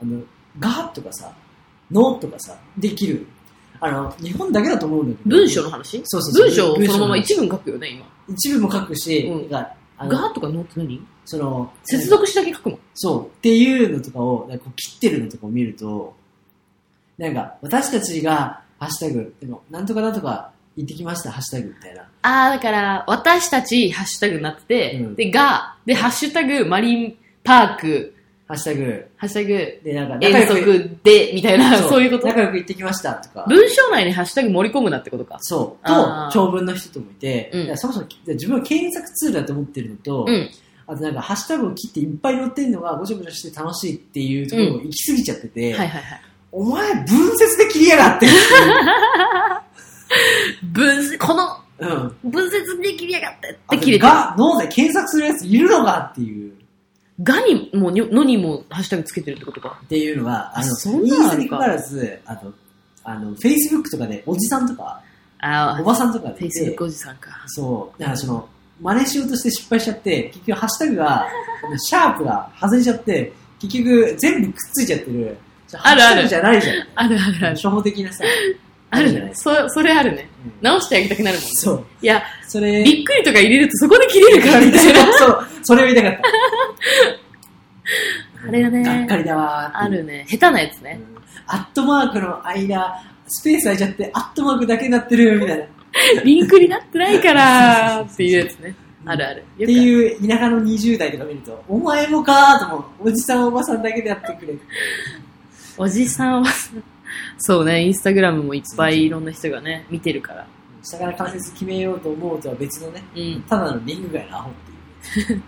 Speaker 1: あの、がとかさ、のとかさ、できる。あの、日本だけだと思うんだけど。
Speaker 2: 文章の話
Speaker 1: そうそうそう
Speaker 2: 文章を
Speaker 1: 文章
Speaker 2: そ
Speaker 1: の
Speaker 2: のまま
Speaker 1: 話
Speaker 2: 一文書くよね、今。
Speaker 1: 一部も書くし、
Speaker 2: うん
Speaker 1: が、あの、
Speaker 2: ガーとかのって何
Speaker 1: その、
Speaker 2: 接続詞だけ書くの。
Speaker 1: そう。っていうのとかを、なんかこう切ってるのとかを見ると、なんか、私たちが、ハッシュタグ、でも、なんとかなんとか、行ってきました、ハッシュタグみたいな。
Speaker 2: ああ、だから、私たち、ハッシュタグになってて、
Speaker 1: うん
Speaker 2: で、が、で、ハッシュタグ、マリンパーク、
Speaker 1: ハッシュタグ、
Speaker 2: ハッシュタグ、
Speaker 1: で、なんか、
Speaker 2: 遠
Speaker 1: 仲良く、
Speaker 2: 足で、みたいな、 そういうこと。
Speaker 1: 仲良く行ってきました、とか。
Speaker 2: 文章内にハッシュタグ盛り込むなってことか。
Speaker 1: そう。
Speaker 2: あ
Speaker 1: と
Speaker 2: ー、
Speaker 1: 長文の人ともいて、
Speaker 2: うん
Speaker 1: だからそもそも自分は検索ツールだと思ってるのと、
Speaker 2: うん。
Speaker 1: あとなんかハッシュタグを切っていっぱい載ってるのがごちゃごちゃして楽しいっていうところを行き過ぎちゃってて、
Speaker 2: はいはいはい。
Speaker 1: お前分節で切りやがってって
Speaker 2: 分析、この、
Speaker 1: いう。うん。
Speaker 2: 分節で切りやがってっ
Speaker 1: あ
Speaker 2: て
Speaker 1: と
Speaker 2: 切れてる。
Speaker 1: が、脳で検索するやついるのかっていう、
Speaker 2: がにも、にょのにも、ハッシュタグつけてるってことか。
Speaker 1: っていうのは、あの、
Speaker 2: そん
Speaker 1: イ
Speaker 2: な
Speaker 1: ン
Speaker 2: のあるか
Speaker 1: スタにかかわらず、あと、あの、Facebook とかでおじさんとか、
Speaker 2: あ
Speaker 1: お
Speaker 2: あ、
Speaker 1: ばさんとか
Speaker 2: フェ
Speaker 1: で
Speaker 2: イ
Speaker 1: い
Speaker 2: スブッ
Speaker 1: て
Speaker 2: ク、おじさんか。
Speaker 1: そう、だからその、真似しようとして失敗しちゃって、結局ハッシュタグが、 あのシャープが外れちゃって、結局全部くっついちゃってる、
Speaker 2: あるあ
Speaker 1: ハッシ
Speaker 2: る
Speaker 1: ュタグじゃないじゃん。
Speaker 2: あるあるある。
Speaker 1: 初歩的なさ、
Speaker 2: ある
Speaker 1: じゃない
Speaker 2: ね。そ、それあるね。
Speaker 1: うん
Speaker 2: 直してあげたくなるもんね。
Speaker 1: そう。
Speaker 2: いや、
Speaker 1: それ、
Speaker 2: びっくりとか入れるとそこで切れるからみたいな。
Speaker 1: そう、それを言いたかった。
Speaker 2: あれがね
Speaker 1: がっかりだわーって
Speaker 2: あるね。下手なやつ
Speaker 1: う
Speaker 2: ね。
Speaker 1: んアットマークの間、スペース空いちゃって、アットマークだけになってる、みたいな。っ
Speaker 2: リンクになってない からっていうやつね。あるある。
Speaker 1: て
Speaker 2: よくある
Speaker 1: いう田舎の20代とか見ると、お前もかーと思う。おじさんおばさんだけでやってくれる。
Speaker 2: おじさんは、 そうね、インスタグラムもいっぱいいろんな人がね、見てるから。
Speaker 1: 下から関節決めようと思うとは別のね、
Speaker 2: うん。
Speaker 1: ただのリング外のアホっていう。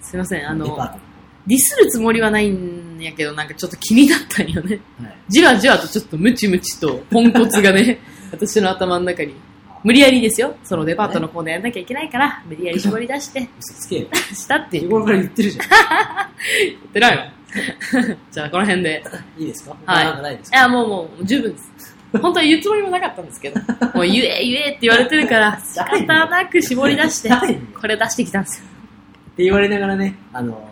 Speaker 2: すいません、あ
Speaker 1: デパ
Speaker 2: の、
Speaker 1: ート
Speaker 2: ディスるつもりはないんやけど、なんかちょっと気になったんよね。
Speaker 1: の。はい。
Speaker 2: じわじわとちょっとムチムチとポンコツ がね、私の頭の中に。無理やりですよ。そのデパートのコーナーやんなきゃいけないから、無理やり絞り 出して、
Speaker 1: 嘘つけよ。
Speaker 2: したって
Speaker 1: 日
Speaker 2: 言
Speaker 1: 頃から言ってるじ
Speaker 2: ってないわ。じゃあ、この 辺で。
Speaker 1: ゃん。いいですか
Speaker 2: はい
Speaker 1: なんかないです
Speaker 2: い
Speaker 1: か
Speaker 2: や、もうもう、十分です。本当は言うつもりもなかったんです けど、もう言え言えって言われてるから、仕方なく絞り出して、
Speaker 1: 誰に
Speaker 2: これ出してきたん ですよ。
Speaker 1: って言われながらね、あの、お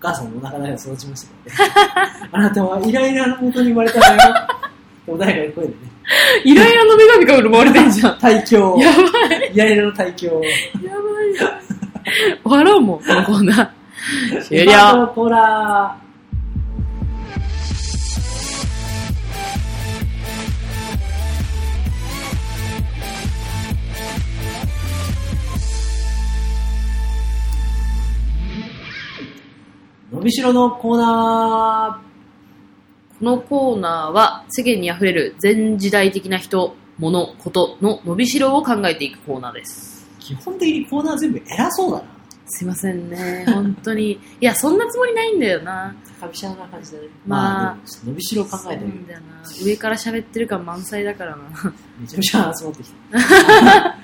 Speaker 1: 母さんのお腹の中で育ちましたから ね。あなたはイライラのもとに生まれたんだよ。って穏やかな声でね。
Speaker 2: イライラの女神から奪われてんじゃ ん。
Speaker 1: 対響。
Speaker 2: や
Speaker 1: イライラの対響。
Speaker 2: やばいや終わろうもん、このコーナー。終了。
Speaker 1: 今のコーナー。伸びしろのコーナ
Speaker 2: このコーナーは、世間に溢れる全時代的な人、物、ことの伸びしろを考えていくコーナーです。
Speaker 1: ー。基本的にコーナー全部偉そうだな。
Speaker 2: すいませんね、本当に。いや、そんなつもりないんだよな。
Speaker 1: 高飛車な感じだね。
Speaker 2: まあ
Speaker 1: でも伸びしろを考えて
Speaker 2: そう
Speaker 1: み
Speaker 2: なん
Speaker 1: る。
Speaker 2: だよな。上から喋ってる感満載だからな。
Speaker 1: めちゃめちゃ集まってきた。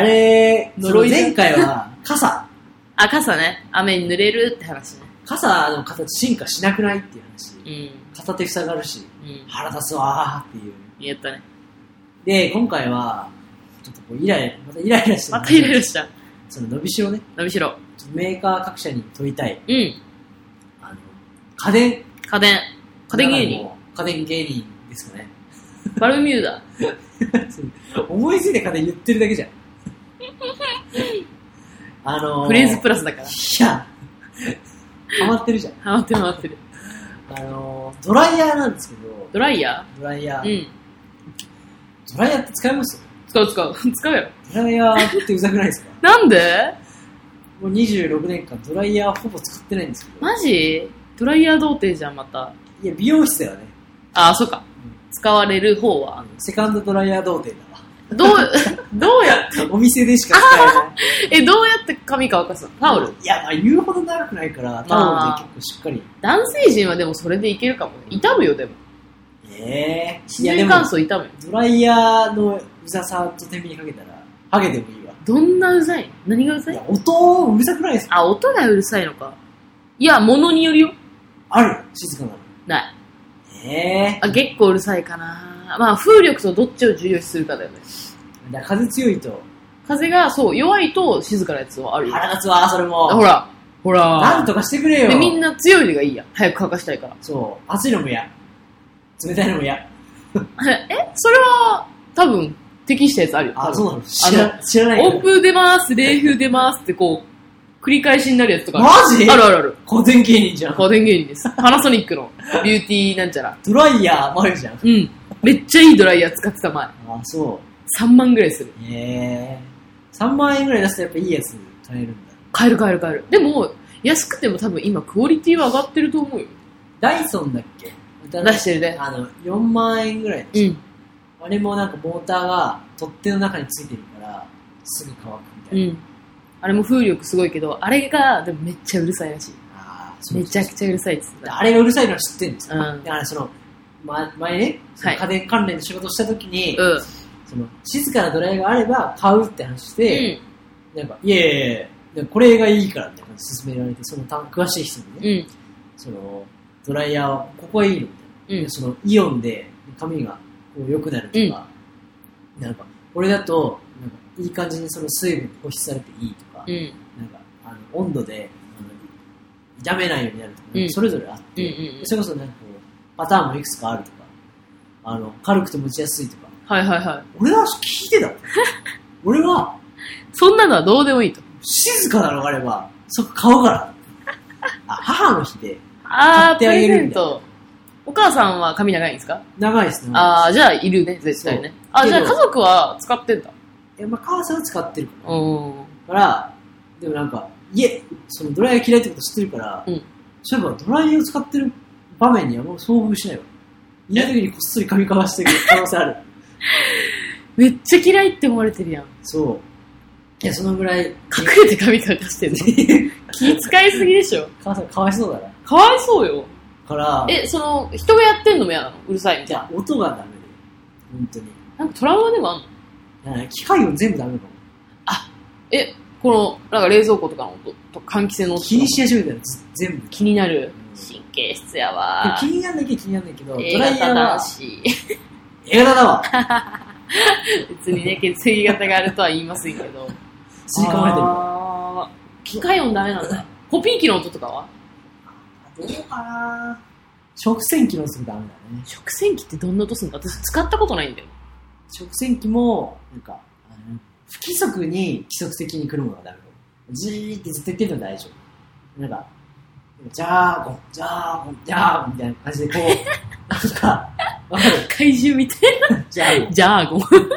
Speaker 1: あ れ、
Speaker 2: 呪いだ
Speaker 1: 前回は傘。
Speaker 2: あ、傘ね。雨に濡れるって話ね。
Speaker 1: 傘の形進化しなくないっていう話。
Speaker 2: うん。
Speaker 1: 片手塞がるし、
Speaker 2: うん。
Speaker 1: 腹立つわーっていう。
Speaker 2: やったね。
Speaker 1: で、今回は、ちょっとこうイライラ、またイライラして
Speaker 2: またイライラした。
Speaker 1: その伸びしろね、
Speaker 2: 伸びしろ。
Speaker 1: ちょっとメーカー各社に問いたい。
Speaker 2: うん。
Speaker 1: あの、家電。
Speaker 2: 家電。家電芸人。。
Speaker 1: 家電芸人ですかね。
Speaker 2: バルミューダ。
Speaker 1: 思いついて家電言ってるだけじゃん。 あの
Speaker 2: フレーズプラス だか
Speaker 1: い
Speaker 2: ら。
Speaker 1: や、ハマってるじゃん。
Speaker 2: ハマってるハマってる。
Speaker 1: あの、ドライヤーなんですけど、
Speaker 2: ドライヤ
Speaker 1: ドライヤー、
Speaker 2: ーうん。
Speaker 1: ドライヤーって使えます
Speaker 2: 使う使う。 使うやろ。
Speaker 1: ドライヤーってうざくないです か
Speaker 2: なんで
Speaker 1: もう26年間ドライヤーほぼ使ってないんですけど、
Speaker 2: マジドライヤー童貞じゃん、また。
Speaker 1: いや、美容室だよね。
Speaker 2: あ、そうか。使われる方
Speaker 1: あ
Speaker 2: は
Speaker 1: の。セカンドドライヤー童貞だ わ。
Speaker 2: どう、 どうやっ
Speaker 1: お店でしか使えない。
Speaker 2: て、え、どうやって髪乾かすのタオル。
Speaker 1: いや、まあ、言うほど長くないから、タオルで結構しっかり。
Speaker 2: 男性陣はでもそれでいけるかもね。痛むよ、でも。
Speaker 1: ええー。
Speaker 2: 自
Speaker 1: いや、で
Speaker 2: 然
Speaker 1: も
Speaker 2: 乾、燥痛むよ。
Speaker 1: ドライヤーのうざさと天秤にかけたら、ハゲでもいいわ。
Speaker 2: どんなうざい何がうざ
Speaker 1: い
Speaker 2: い
Speaker 1: や、音うざくないですか
Speaker 2: あ、音がうるさいのか。いや、物によるよ。
Speaker 1: ある静かなの。
Speaker 2: ない。
Speaker 1: ええ
Speaker 2: あ、結構うるさいかな。まあ、風力とどっちを重要視するかだよね。
Speaker 1: ー。だから風強いと、
Speaker 2: 風が、そう、弱いと静かなやつはあるよ。
Speaker 1: 腹立つわ、それ
Speaker 2: ほ
Speaker 1: も。
Speaker 2: ら、ほら。
Speaker 1: なんとかしてくれ
Speaker 2: で、
Speaker 1: よ。
Speaker 2: みんな強いのがいいや。早く乾かしたいから。
Speaker 1: そう。熱いのも嫌。冷たいのも嫌。
Speaker 2: えそれは、多分、適したやつあるよ。
Speaker 1: あ、
Speaker 2: 多分
Speaker 1: そうなの知ら知らない
Speaker 2: 温
Speaker 1: よ。
Speaker 2: 風出ます、冷風出ますってこう、繰り返しになるやつとかある。
Speaker 1: マジ
Speaker 2: あるあるある。
Speaker 1: 古典芸人じゃん。
Speaker 2: 家電芸人です。パナソニックのビューティーなんちゃら。
Speaker 1: ドライヤーもあるじゃん。
Speaker 2: うん。めっちゃいいドライヤー使ってた前。
Speaker 1: あ、そ
Speaker 2: 3万ぐらいする。
Speaker 1: う。へえ。3万円ぐらい出すとやっぱいいやつ買えるんだ。
Speaker 2: 買える買える買える。でも、安くても多分今クオリティは上がってると思うよ。
Speaker 1: ダイソンだっけ
Speaker 2: 出してるね。
Speaker 1: あの、4万円ぐらい。
Speaker 2: うん。
Speaker 1: あれもなんかモーターが取っ手の中についてるから、すぐ乾くみた
Speaker 2: う
Speaker 1: いな。
Speaker 2: ん。あれも風力すごいけど、あれが、でもめっちゃうるさいらしい。
Speaker 1: あー
Speaker 2: めちゃくちゃうるさいっつってた。
Speaker 1: あれがうるさいのは知ってるんですよ。
Speaker 2: うん。
Speaker 1: だからその、ま、前ね、その
Speaker 2: はい
Speaker 1: 家電関連の仕事をした時に、
Speaker 2: うん。
Speaker 1: その静かなドライヤーがあれば買うって話して、
Speaker 2: う
Speaker 1: なんか、いやいやいやでもこれがいいからみたいな感じで勧められて、そのた詳しい人に
Speaker 2: ん。う
Speaker 1: ね、
Speaker 2: ん。
Speaker 1: そのドライヤーはここがいいのみたいな。
Speaker 2: うん
Speaker 1: で。そのイオンで髪がこう良くなるとか、なんか、これだと、なんかいい感じにその水分保湿されていいとか、
Speaker 2: うん。
Speaker 1: なんか、あの温度で、あの、傷めないようになるとか、
Speaker 2: うん
Speaker 1: それぞれあっ
Speaker 2: うん。う
Speaker 1: て、
Speaker 2: ん。
Speaker 1: それこそなんかこう、パターンもいくつかあるとか、あの、軽くて持ちやすいとか、
Speaker 2: はいはいはい。
Speaker 1: 俺は聞いて た俺は、
Speaker 2: そんなのはどうでもいいと。
Speaker 1: 静かなのがあれば、そこ買おうから。あ、母の日で、
Speaker 2: あ
Speaker 1: 買
Speaker 2: ー、プ
Speaker 1: ってあ
Speaker 2: レ
Speaker 1: げ
Speaker 2: ゼ
Speaker 1: る
Speaker 2: ン
Speaker 1: んだ
Speaker 2: ト。お母さんは髪長いんですか
Speaker 1: 長いですね。
Speaker 2: あー、じゃあいるね、絶対ね。あ、じゃあ家
Speaker 1: けど
Speaker 2: 族は使ってんだ。
Speaker 1: いや、まあ、母さんは使ってるか
Speaker 2: うん。
Speaker 1: ら。からでもなんか、いえ、そのドライヤー嫌いってこと知ってるから、
Speaker 2: うん
Speaker 1: そういえばドライヤーを使ってる場面にはもう遭遇しないわ。家の時にこっそり髪かわしてる可能性ある。
Speaker 2: めっちゃ嫌いって思われてるやん。
Speaker 1: そう。いや、そのぐら い、
Speaker 2: 隠れて髪乾かしてんの。 気使いすぎでしょ。
Speaker 1: 母さんかわいそうだな。
Speaker 2: かわいそうよ。
Speaker 1: から、
Speaker 2: え、その、人がやってんのも嫌なのうるさいみた
Speaker 1: じ
Speaker 2: い
Speaker 1: ゃ
Speaker 2: な。
Speaker 1: あ音がダメで、本当に。い
Speaker 2: なんかトラウマでもあんの
Speaker 1: や機械を全部ダメかも。
Speaker 2: え、この、なんか冷蔵庫とかの音と換気扇の音とか
Speaker 1: 気にし始めたらず全部。
Speaker 2: 気になる
Speaker 1: う。ん
Speaker 2: 神経質やわ
Speaker 1: 気。になんなきゃ気になんないけど、ド
Speaker 2: A
Speaker 1: ライヤ
Speaker 2: 型
Speaker 1: ー
Speaker 2: だ
Speaker 1: は
Speaker 2: し。
Speaker 1: A 型だわ。
Speaker 2: 別にね、血液型があるとは言いませんけど。
Speaker 1: 吸い込まれてるわ。
Speaker 2: あー機械音ダメなんだ。コピー機の音とかは
Speaker 1: どうかな食洗機もすぐダメだね。
Speaker 2: 食洗機ってどんな音するの私使ったことないんだよ。
Speaker 1: 食洗機も、なんか、あの不規則に規則的に来るものがダメだ。じーってずっと言ってるのは大丈夫。なんか、ジャーゴン、ジャーゴン、ジャーゴンみたいな感じでこ う、なんか、わかる
Speaker 2: 怪獣みたい
Speaker 1: ジャーゴン
Speaker 2: な。。ジャーゴン。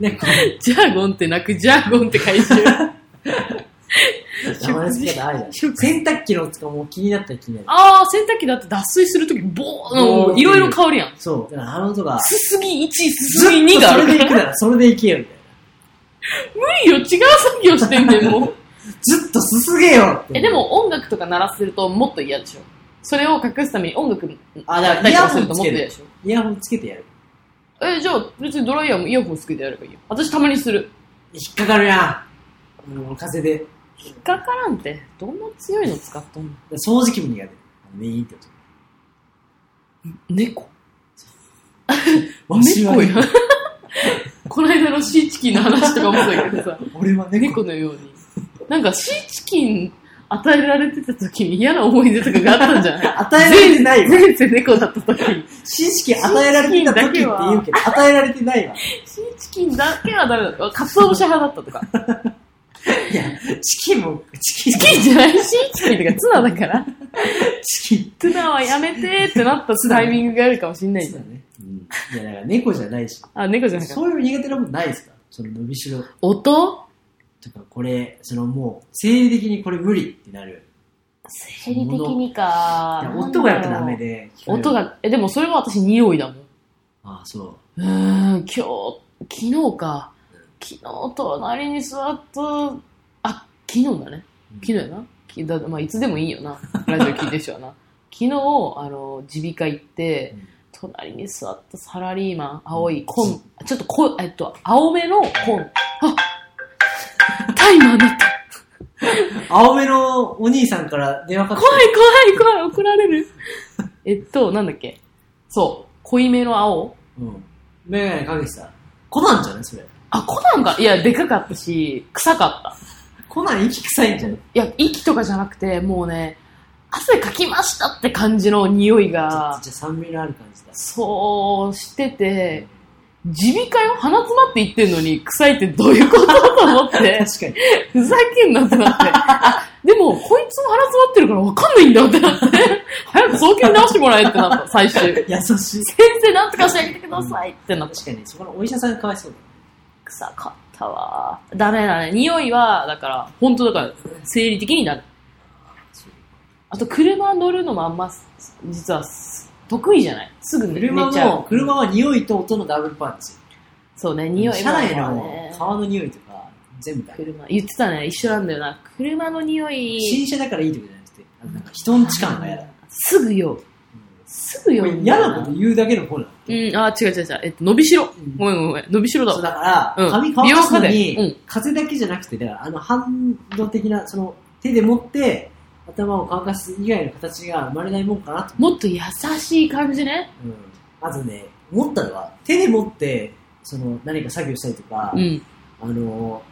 Speaker 1: ね、こ
Speaker 2: ジャーゴンってなく、ジャーゴンって 怪獣。
Speaker 1: う、名前の付け方あるじゃ ん。
Speaker 2: 食
Speaker 1: 洗濯機の音とかも気になったら気になる。
Speaker 2: あー、洗濯機だって脱水するとき、ボー、
Speaker 1: ボー
Speaker 2: いろいろ香るやん。
Speaker 1: そう、だからあの音が、
Speaker 2: すすぎ1、す
Speaker 1: ず
Speaker 2: す
Speaker 1: っと
Speaker 2: ぎ2があ
Speaker 1: そ
Speaker 2: る
Speaker 1: れで
Speaker 2: から
Speaker 1: 行く。ならそれで行けよみたいな。
Speaker 2: いいよ、違う作業してんね ん、もう。
Speaker 1: ずっとすすげよって。
Speaker 2: え、で、も音楽とか鳴らするともっと嫌でしょ。それを隠すために音楽
Speaker 1: あ、だから
Speaker 2: 鳴
Speaker 1: イ
Speaker 2: ら
Speaker 1: ヤ
Speaker 2: す
Speaker 1: ホ
Speaker 2: ると
Speaker 1: ン
Speaker 2: も
Speaker 1: つ
Speaker 2: っと
Speaker 1: け
Speaker 2: 嫌
Speaker 1: る。
Speaker 2: でしょ。
Speaker 1: イヤホンつけてやる。
Speaker 2: え、じゃあ別にドライヤーもイヤホンつけてやればいいよ。私たまにする。
Speaker 1: 引っかかるやん。もう風で。
Speaker 2: 引っかからんって、どんな強いの使っとんの
Speaker 1: 掃除機も苦手。メインって音。
Speaker 2: 猫
Speaker 1: わしは
Speaker 2: 猫や。 この間のシーチキンの話とかもそうやけどさ、
Speaker 1: 俺は猫。
Speaker 2: 猫のように。なんかシーチキン与えられてた時に嫌な思い出とかがあったんじゃ ない
Speaker 1: 与えられてないわ。
Speaker 2: 前世猫だった時に。
Speaker 1: 知識与えられてた時って言うけど、与えられてないわ。
Speaker 2: シーチキンだけはダメだった。カツオ節派だったとか。
Speaker 1: いや、チキンも、チキン、
Speaker 2: チキンじゃないシーチキンとかツナだから。
Speaker 1: チキン。
Speaker 2: ツナはやめてってなったタイミングがあるかもしんない
Speaker 1: そ
Speaker 2: じ
Speaker 1: う
Speaker 2: ゃ
Speaker 1: だ
Speaker 2: ん。
Speaker 1: ね。うん。いや、だから猫じゃないし。
Speaker 2: あ、猫じゃなかった。
Speaker 1: そういう苦手なことないですかその伸びしろ
Speaker 2: 音
Speaker 1: とか、これ、そのもう、生理的にこれ無理ってなる。
Speaker 2: 生理的にか
Speaker 1: いや。音がやっぱダメ。で。
Speaker 2: 音。が、え、でもそれも私匂いだもん。
Speaker 1: ああ、そう。
Speaker 2: うーん、今日、昨日か。昨日隣に座った、あ、昨日だね。昨日やな。きだまあ、いつでもいいよな。ラジオ聞いてる人はな。 昨日、あの、耳鼻科行って
Speaker 1: うん、
Speaker 2: 隣に座ったサラリーマン、青い、コン、ちょっとこ、えっと、青めのコン。あタイマー鳴った。
Speaker 1: 青目のお兄さんから電話かかっ
Speaker 2: 怖い怖い怖い、怒られる。えっと、なんだっけ。そう、濃いめの青。
Speaker 1: うん。メガネかけてた。コナンじゃないそれ。
Speaker 2: あ、コナンが、いや、でかかったし、臭かった。
Speaker 1: コナン息臭いんじゃん。
Speaker 2: いや、息とかじゃなくて、もうね、汗かきましたって感じの匂い
Speaker 1: じゃあ
Speaker 2: が、
Speaker 1: 酸味のある感じだ。
Speaker 2: そうしてて、耳鼻科よ鼻詰まって言ってんのに、臭いってどういうことと思って、
Speaker 1: 確かに。
Speaker 2: ふざけんなってなって。あでも、こいつも鼻詰まってるからわかんないんだってなって、早く早急に直してもらえってなった、最終。先
Speaker 1: 優しい。
Speaker 2: 生、なんとかしてあげてくださいってなって。
Speaker 1: 確かに、そこのお医者さんがかわいそうだ。
Speaker 2: 臭かったわ。ダメだね。匂いは、だから、本当だから、生理的になる。あと、車乗るのもあんま、実は、得意じゃないすぐ寝ち
Speaker 1: 車
Speaker 2: ゃう
Speaker 1: も、。車は匂いと音のダブルパンチ。
Speaker 2: そうね、匂い
Speaker 1: 車内
Speaker 2: は
Speaker 1: の
Speaker 2: ね。
Speaker 1: 革の匂いとか、全部だよ。
Speaker 2: 車、言ってたね、一緒なんだよな。車の匂い、
Speaker 1: 新車だからいいとかじゃなくて、あのなんか人んち感が嫌だ。
Speaker 2: すぐ酔う。すぐ
Speaker 1: うん
Speaker 2: 酔
Speaker 1: これ
Speaker 2: うんだ
Speaker 1: 嫌
Speaker 2: よ。
Speaker 1: なこと言うだけの方なの。
Speaker 2: うん、あ、違う違う違う。えっと、伸びしろ。
Speaker 1: うん
Speaker 2: ごめんごめんごめん。伸びしろだ
Speaker 1: そう
Speaker 2: わ。
Speaker 1: だか
Speaker 2: う
Speaker 1: ら、
Speaker 2: ん
Speaker 1: 髪乾かすのに、
Speaker 2: 美容家でう
Speaker 1: 風だけじゃなくて、だから、あの、反動的な、その、手で持って、頭を乾かす以外の形が生まれないもんかなと。
Speaker 2: もっと優しい感じね。
Speaker 1: うん。あとね、思ったのは、手で持って、その、何か作業したりとか
Speaker 2: う、ん。
Speaker 1: あの、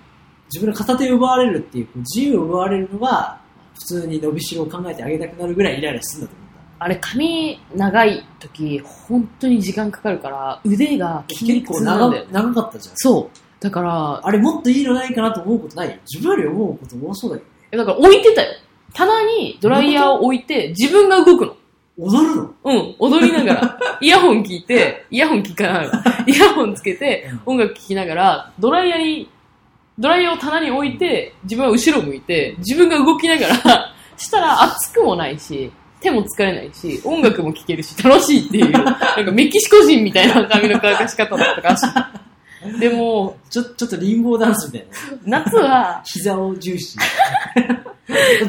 Speaker 1: 自分の片手を奪われるっていう、こう自由を奪われるのは、普通に伸びしろを考えてあげたくなるぐらいイライラするんだと思った。
Speaker 2: あれ、髪長い時、本当に時間かかるから、腕が筋
Speaker 1: 結
Speaker 2: 肉
Speaker 1: 構
Speaker 2: 痛なんだ
Speaker 1: 長
Speaker 2: よ。
Speaker 1: 長かったじゃん。
Speaker 2: そう。だから、
Speaker 1: あれもっといいのないかなと思うことない自分より思うこと多そうだけ
Speaker 2: えだから置いてたよ。棚にドライヤーを置いて、自分が動くの。
Speaker 1: ど。踊るの
Speaker 2: うん、踊りながら、イヤホン聞いて、イヤホン聞かないわ。イヤホンつけて、音楽聴きながら、ドライヤーに、ドライヤーを棚に置いて、自分は後ろ向いて、自分が動きながら、したら熱くもないし、手も疲れないし、音楽も聴けるし、楽しいっていう、なんかメキシコ人みたいな髪の乾かし方だったからしい。でも、
Speaker 1: ちょ、ちょっとリンボーダンスみたいな。
Speaker 2: 夏は、
Speaker 1: 膝を重 視。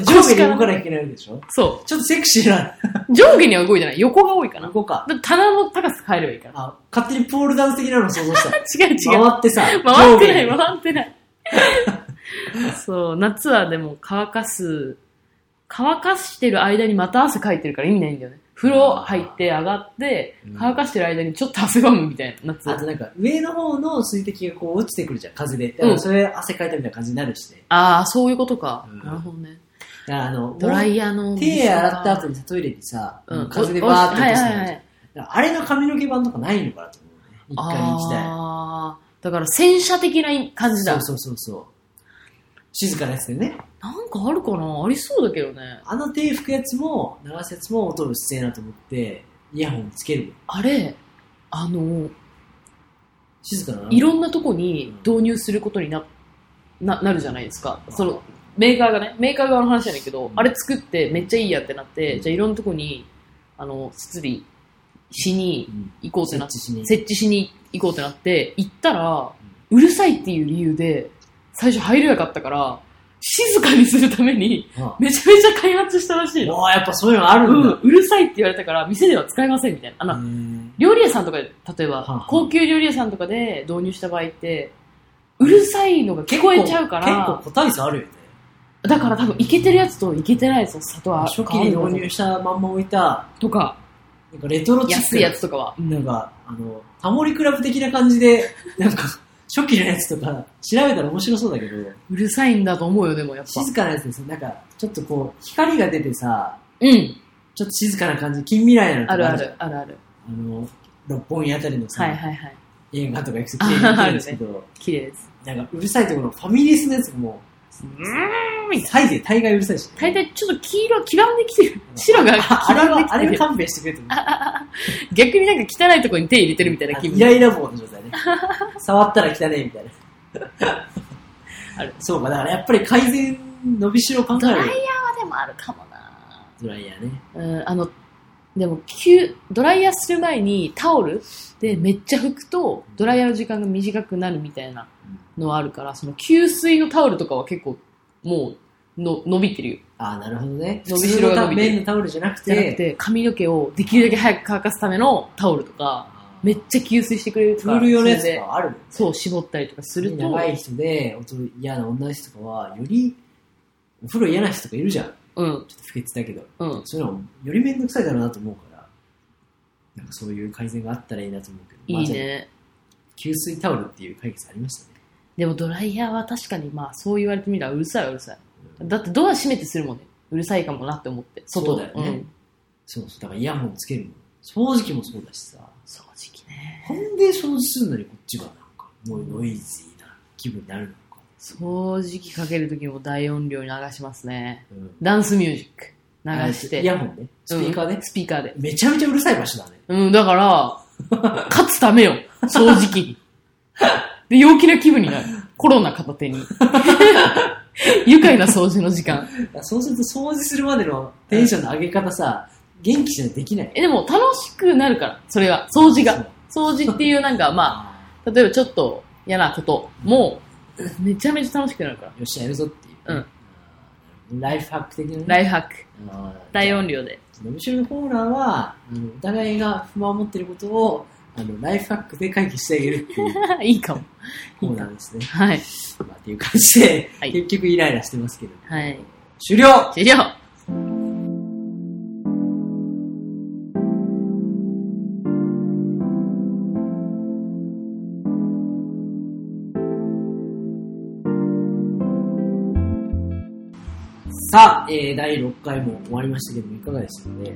Speaker 1: 上下に動かなきゃいけないでしょ
Speaker 2: そ
Speaker 1: ちょっとセクシーな。
Speaker 2: う、上下には動いてない。横が多いかな。だ
Speaker 1: 動こうか。
Speaker 2: から棚の高さ変えればいいから。
Speaker 1: あ、勝手にポールダンス的なのを想像した。
Speaker 2: 違 う違う。
Speaker 1: 回ってさ、
Speaker 2: 回ってない、
Speaker 1: 上下に
Speaker 2: 回っ てない。そう、夏はでも乾かす、乾かしてる間にまた汗かいてるから意味ないんだよね。風呂入って上がって
Speaker 1: うん、
Speaker 2: 乾かしてる間にちょっと汗ばむみたいな、夏
Speaker 1: あとなんか、上の方の水滴がこう落ちてくるじゃん、風で。だか
Speaker 2: うん
Speaker 1: らそれ汗かいたみたいな感じになるしね。
Speaker 2: ああ、そういうことか
Speaker 1: う。ん
Speaker 2: なるほどね。
Speaker 1: だからあの、
Speaker 2: ドライヤーの。
Speaker 1: 手洗った後にさ、トイレにさ、
Speaker 2: うん、
Speaker 1: 風でバーって落とすの
Speaker 2: はい
Speaker 1: ある
Speaker 2: はいは
Speaker 1: じゃん
Speaker 2: い。
Speaker 1: だからあれの髪の毛版とかないのかなと思うね。一回行きたい。
Speaker 2: あーだから洗車的な感じ
Speaker 1: そう
Speaker 2: だ。
Speaker 1: そうそうそう。静かなやつでね。
Speaker 2: なんかあるかなありそうだけどね。
Speaker 1: あの手拭くやつも、流すやつも音うるせえなと思って、イヤホンつける。
Speaker 2: あれ、あの、
Speaker 1: 静かな。
Speaker 2: いろんなとこに導入することになななるじゃないですか。そのメーカーがね、メーカー側の話じゃないけど、
Speaker 1: うん
Speaker 2: あれ作ってめっちゃいいやってなって、じゃあいろんなとこに、あの、設備しに
Speaker 1: うん
Speaker 2: 行こうって
Speaker 1: 設
Speaker 2: なっ
Speaker 1: 置しに。
Speaker 2: 設置しに行こうってなって、行ったら、うるさいっていう理由で、最初入れなかったから、静かにするために、
Speaker 1: あ
Speaker 2: めちゃめちゃ開発したらしいの。
Speaker 1: あ、やっぱそういうのある
Speaker 2: うんん
Speaker 1: だ。、
Speaker 2: うるさいって言われたから、店では使えませんみたいな。あの、
Speaker 1: うん
Speaker 2: 料理屋さんとかで、例えば、
Speaker 1: はあ
Speaker 2: 高級料理屋さんとかで導入した場合って、うるさいのが聞こえちゃうか
Speaker 1: 結構
Speaker 2: ら、
Speaker 1: 個体差あるよね。
Speaker 2: だから多分、いけてるやつといけてないやつの差とは、
Speaker 1: 初期に導入したまんま置いた、
Speaker 2: とか、
Speaker 1: なんかレトロチック
Speaker 2: 安
Speaker 1: ない
Speaker 2: やつとかは。
Speaker 1: なんか、あの、タモリクラブ的な感じで、 なんか、初期のやつとか、調べたら面白そうだけど、
Speaker 2: うるさいんだと思うよ、でもやっぱ。
Speaker 1: 静かなやつですなんか、ちょっとこう、光が出てさ、
Speaker 2: うん。
Speaker 1: ちょっと静かな感じ、近未来なのとか
Speaker 2: あるあ
Speaker 1: じゃん
Speaker 2: る、あるある。
Speaker 1: あの、六本木あたりのさ、
Speaker 2: はいはいはい。
Speaker 1: 映画とか行くと綺麗に見てるんですけど、
Speaker 2: 綺麗です。
Speaker 1: なんかうるさいところ、ファミレスのやつも、
Speaker 2: うーん、みたいな。
Speaker 1: サイズで大概うるさいし。
Speaker 2: 大体ちょっと黄色、黄ばんできてる。白が
Speaker 1: あ
Speaker 2: 黄
Speaker 1: あれ
Speaker 2: ばんで
Speaker 1: は、あれは
Speaker 2: きてる。
Speaker 1: 勘弁してくれと思う。
Speaker 2: 逆になんか汚いとこに手入れてるみたいな気
Speaker 1: イ
Speaker 2: 分
Speaker 1: ラ。イラ棒の状 態ね。触ったら汚いみたいな。
Speaker 2: ある
Speaker 1: そうか、だからやっぱり改善、伸びしろ考え
Speaker 2: ド
Speaker 1: る
Speaker 2: ライ
Speaker 1: よ
Speaker 2: ヤーはでもあるかもな
Speaker 1: ドライヤーね。
Speaker 2: うん、あの、でも、急、ドライヤーする前にタオルでめっちゃ拭くと、ドライヤーの時間が短くなるみたいなのはあるから、その吸水のタオルとかは結構、もう、の、伸びてるよ。
Speaker 1: ああ、なるほどね。
Speaker 2: 伸びしろが伸びてる
Speaker 1: 普通のタオル綿のタオルじゃなく
Speaker 2: じゃなく
Speaker 1: て、
Speaker 2: て、髪の毛をできるだけ早く乾かすためのタオルとか、めっちゃ吸水してくれる
Speaker 1: プ
Speaker 2: から
Speaker 1: ール用のや
Speaker 2: それ
Speaker 1: つと
Speaker 2: で
Speaker 1: かあるもん
Speaker 2: そう、絞ったりとかすると、
Speaker 1: 長い人で、音嫌な女の人とかは、より、お風呂嫌な人とかいるじゃん。ちょ
Speaker 2: うん、
Speaker 1: っと不潔だけど。
Speaker 2: うん。
Speaker 1: そういうのもより面倒くさいだろうなと思うから、なんかそういう改善があったらいいなと思うけど、まあ
Speaker 2: いい
Speaker 1: じゃあ
Speaker 2: ね。
Speaker 1: 吸水タオルっていう解決ありましたね。
Speaker 2: でもドライヤーは確かにまあそう言われてみればうるさいうるさい。だってドア閉めてするもんね。うるさいかもなって思って。外で。
Speaker 1: そうだよね
Speaker 2: ん。
Speaker 1: そうそう、だからイヤホンつけるもん。掃除機もそうだしさ。
Speaker 2: 掃除機ね。
Speaker 1: なんで掃除するのにこっちがなんか、もうノイズーな気分になるのか。
Speaker 2: 掃除機かけるときも大音量に流しますね。
Speaker 1: うん
Speaker 2: ダンスミュージック流し
Speaker 1: あ
Speaker 2: て。
Speaker 1: イヤホンね。スピーカーね
Speaker 2: うん。スピーカーで。
Speaker 1: めちゃめちゃうるさい場所だね。
Speaker 2: うん、だ から、勝つためよ。掃除機に。で、陽気な気分になる。コロナ片手 に。愉快な掃除の時間。
Speaker 1: いやそうすると掃除するまでのテンションの上げ方さ、元気じゃできない。
Speaker 2: え、でも楽しくなるから、それが。掃除
Speaker 1: そう
Speaker 2: が。。掃除っていうなんか、まあ、例えばちょっと嫌なことも、めちゃめちゃ楽しくなるから。
Speaker 1: よっしゃ、やるぞっていう。うん。ライフハック的なね。
Speaker 2: ライフハック。
Speaker 1: あー
Speaker 2: 大音量で。
Speaker 1: のびしろのコーナーは、あのお互いが不満を持っていることを、あの、ライフハックで解決してあげるっていう
Speaker 2: いいかも。
Speaker 1: コーナーですね。
Speaker 2: はい。
Speaker 1: まあ、っていう感じで、
Speaker 2: はい
Speaker 1: 結局イライラしてますけど。
Speaker 2: はい。
Speaker 1: 終了
Speaker 2: 終了
Speaker 1: さあ、えー、第6回も終わりましたけども、いかがでしたかね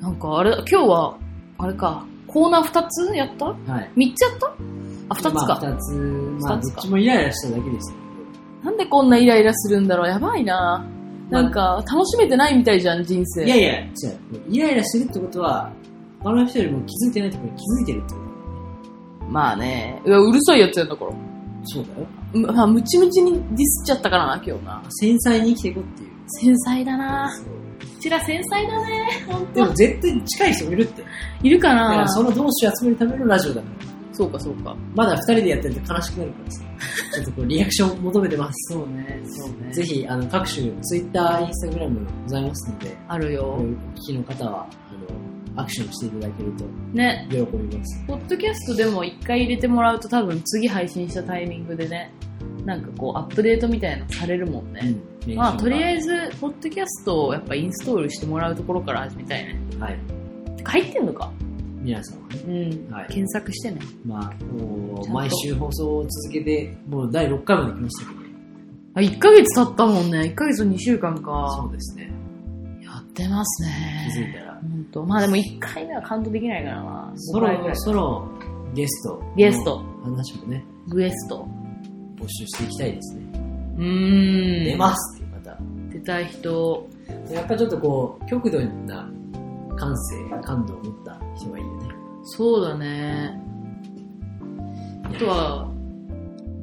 Speaker 2: なんかあれ、今日は、あれか、コーナー2つやった
Speaker 1: はい。
Speaker 2: ?3 つやったあ、2つ
Speaker 1: ま
Speaker 2: か。
Speaker 1: あ、2つ、まあ、
Speaker 2: 二
Speaker 1: ど
Speaker 2: つ
Speaker 1: っ
Speaker 2: か
Speaker 1: ちもイライラしただけですけど。
Speaker 2: なんでこんなイライラするんだろう。やばいな。なんか、楽しめてないみたいじゃん、人生。
Speaker 1: いやいや、違う。イライラしてるってことは、他の人よりも気づいてないところに気づいてるってこ
Speaker 2: まあね。うわ、うるさいやつやんだから。
Speaker 1: と。そうだよ。
Speaker 2: むまあ、ムチムチにディスっちゃったからな、今日な。
Speaker 1: 繊細に生きていこうっていう。
Speaker 2: 繊細だな。うちら繊細だね。ほん
Speaker 1: でも
Speaker 2: と。
Speaker 1: 絶対に近い人もいるって。だ
Speaker 2: いるかな
Speaker 1: からその同士を集めるためのラジオだから。
Speaker 2: そうか、そうか。
Speaker 1: まだ二人でやってると悲しくなるから さ。ちょっとこうリアクションを求めてます。
Speaker 2: そうね、そうね。
Speaker 1: ぜひ、あの、各種、ツイッター、インスタグラムございますので、
Speaker 2: ある
Speaker 1: お
Speaker 2: よ。
Speaker 1: 聞きの方は、あの、アクションしていただけると
Speaker 2: ね。
Speaker 1: 喜びます。
Speaker 2: ポッドキャストでも一回入れてもらうと多分次配信したタイミングでね、なんかこうアップデートみたいなのされるもんね。
Speaker 1: うん
Speaker 2: まあとりあ
Speaker 1: え
Speaker 2: えず、ポッドキャストをやっぱインストールしてもらうところから始めたいね。
Speaker 1: ず。はい。
Speaker 2: 書いてんのか
Speaker 1: 皆さんはね、
Speaker 2: うん。
Speaker 1: はい
Speaker 2: 検索してね。
Speaker 1: まあ、こ
Speaker 2: ちゃん
Speaker 1: う
Speaker 2: と
Speaker 1: 毎週放送を続けて、もう第6回まで来ましたけど、
Speaker 2: あ、1ヶ月経ったもんね。1ヶ月と2週間か。
Speaker 1: うですね。
Speaker 2: やってますね。
Speaker 1: 気づいたら。
Speaker 2: ほんと。まあでも1回目は感動できないからな。
Speaker 1: ソ
Speaker 2: 五回ぐら
Speaker 1: ロ、
Speaker 2: い
Speaker 1: ソロ、ゲスト。
Speaker 2: ゲスト。
Speaker 1: 話もね、
Speaker 2: グエスト。
Speaker 1: 募集していきたいですね。
Speaker 2: うーん。
Speaker 1: 出ますっていう方。
Speaker 2: 出たい人、
Speaker 1: やっぱちょっとこう、極度な感性、感度を持った人がいいよね。
Speaker 2: そうだね。あとは、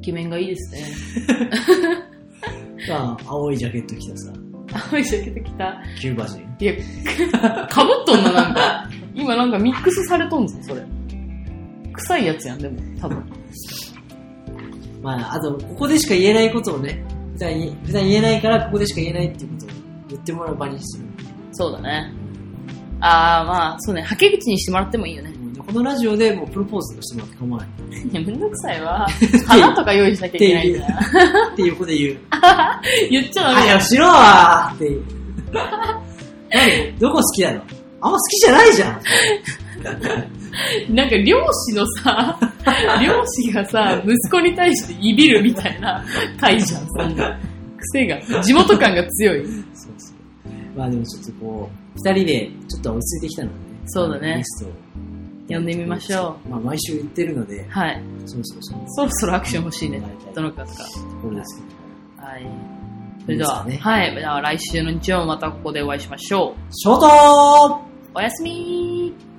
Speaker 2: イケメンがいいです ね。
Speaker 1: まあ、青いジャケット着たさ、
Speaker 2: 青いジャケット着た。
Speaker 1: キューバ人。
Speaker 2: いや、かぶっとんな、なんか。 今なんかミックスされとんぞ、それ。臭いやつやん、でも、多分。
Speaker 1: まあ、あと、ここでしか言えないことをね、普段い普段言えないから、ここでしか言えないっていうことを言ってもらう場にする。
Speaker 2: そうだね。あー、まあ、そうね。はけ口にしてもらってもいいよね。
Speaker 1: でこのラジオでもうプロポーズとかしてもらって構わ ない。
Speaker 2: いや、 めんどくさい わ。花とか用意しなきゃいけないんだよ。
Speaker 1: って横で言う。
Speaker 2: 言っちゃダメだ
Speaker 1: 早
Speaker 2: よ。
Speaker 1: くしろーって いう。何どこ好きなのあんま好きじゃないじゃん。
Speaker 2: なんか漁師の さ、漁師がさ、息子に対していびるみたいな回じゃん、そんな。癖が。地元感が強い。
Speaker 1: そうそう。まあでもちょっとこう、二人でちょっと落ち着いてきたのでね。
Speaker 2: そうだね
Speaker 1: ゲストを
Speaker 2: 呼んでみましょ
Speaker 1: まあ毎週言ってるので
Speaker 2: う。、はい。
Speaker 1: そうそうそう。
Speaker 2: そろそろアクション欲しいね。どの方か。
Speaker 1: これですけ
Speaker 2: はい。
Speaker 1: ど。
Speaker 2: それでは、
Speaker 1: いいすかね、
Speaker 2: はい。では来週の日曜またここでお会いしましょう。
Speaker 1: ショート
Speaker 2: おやすみー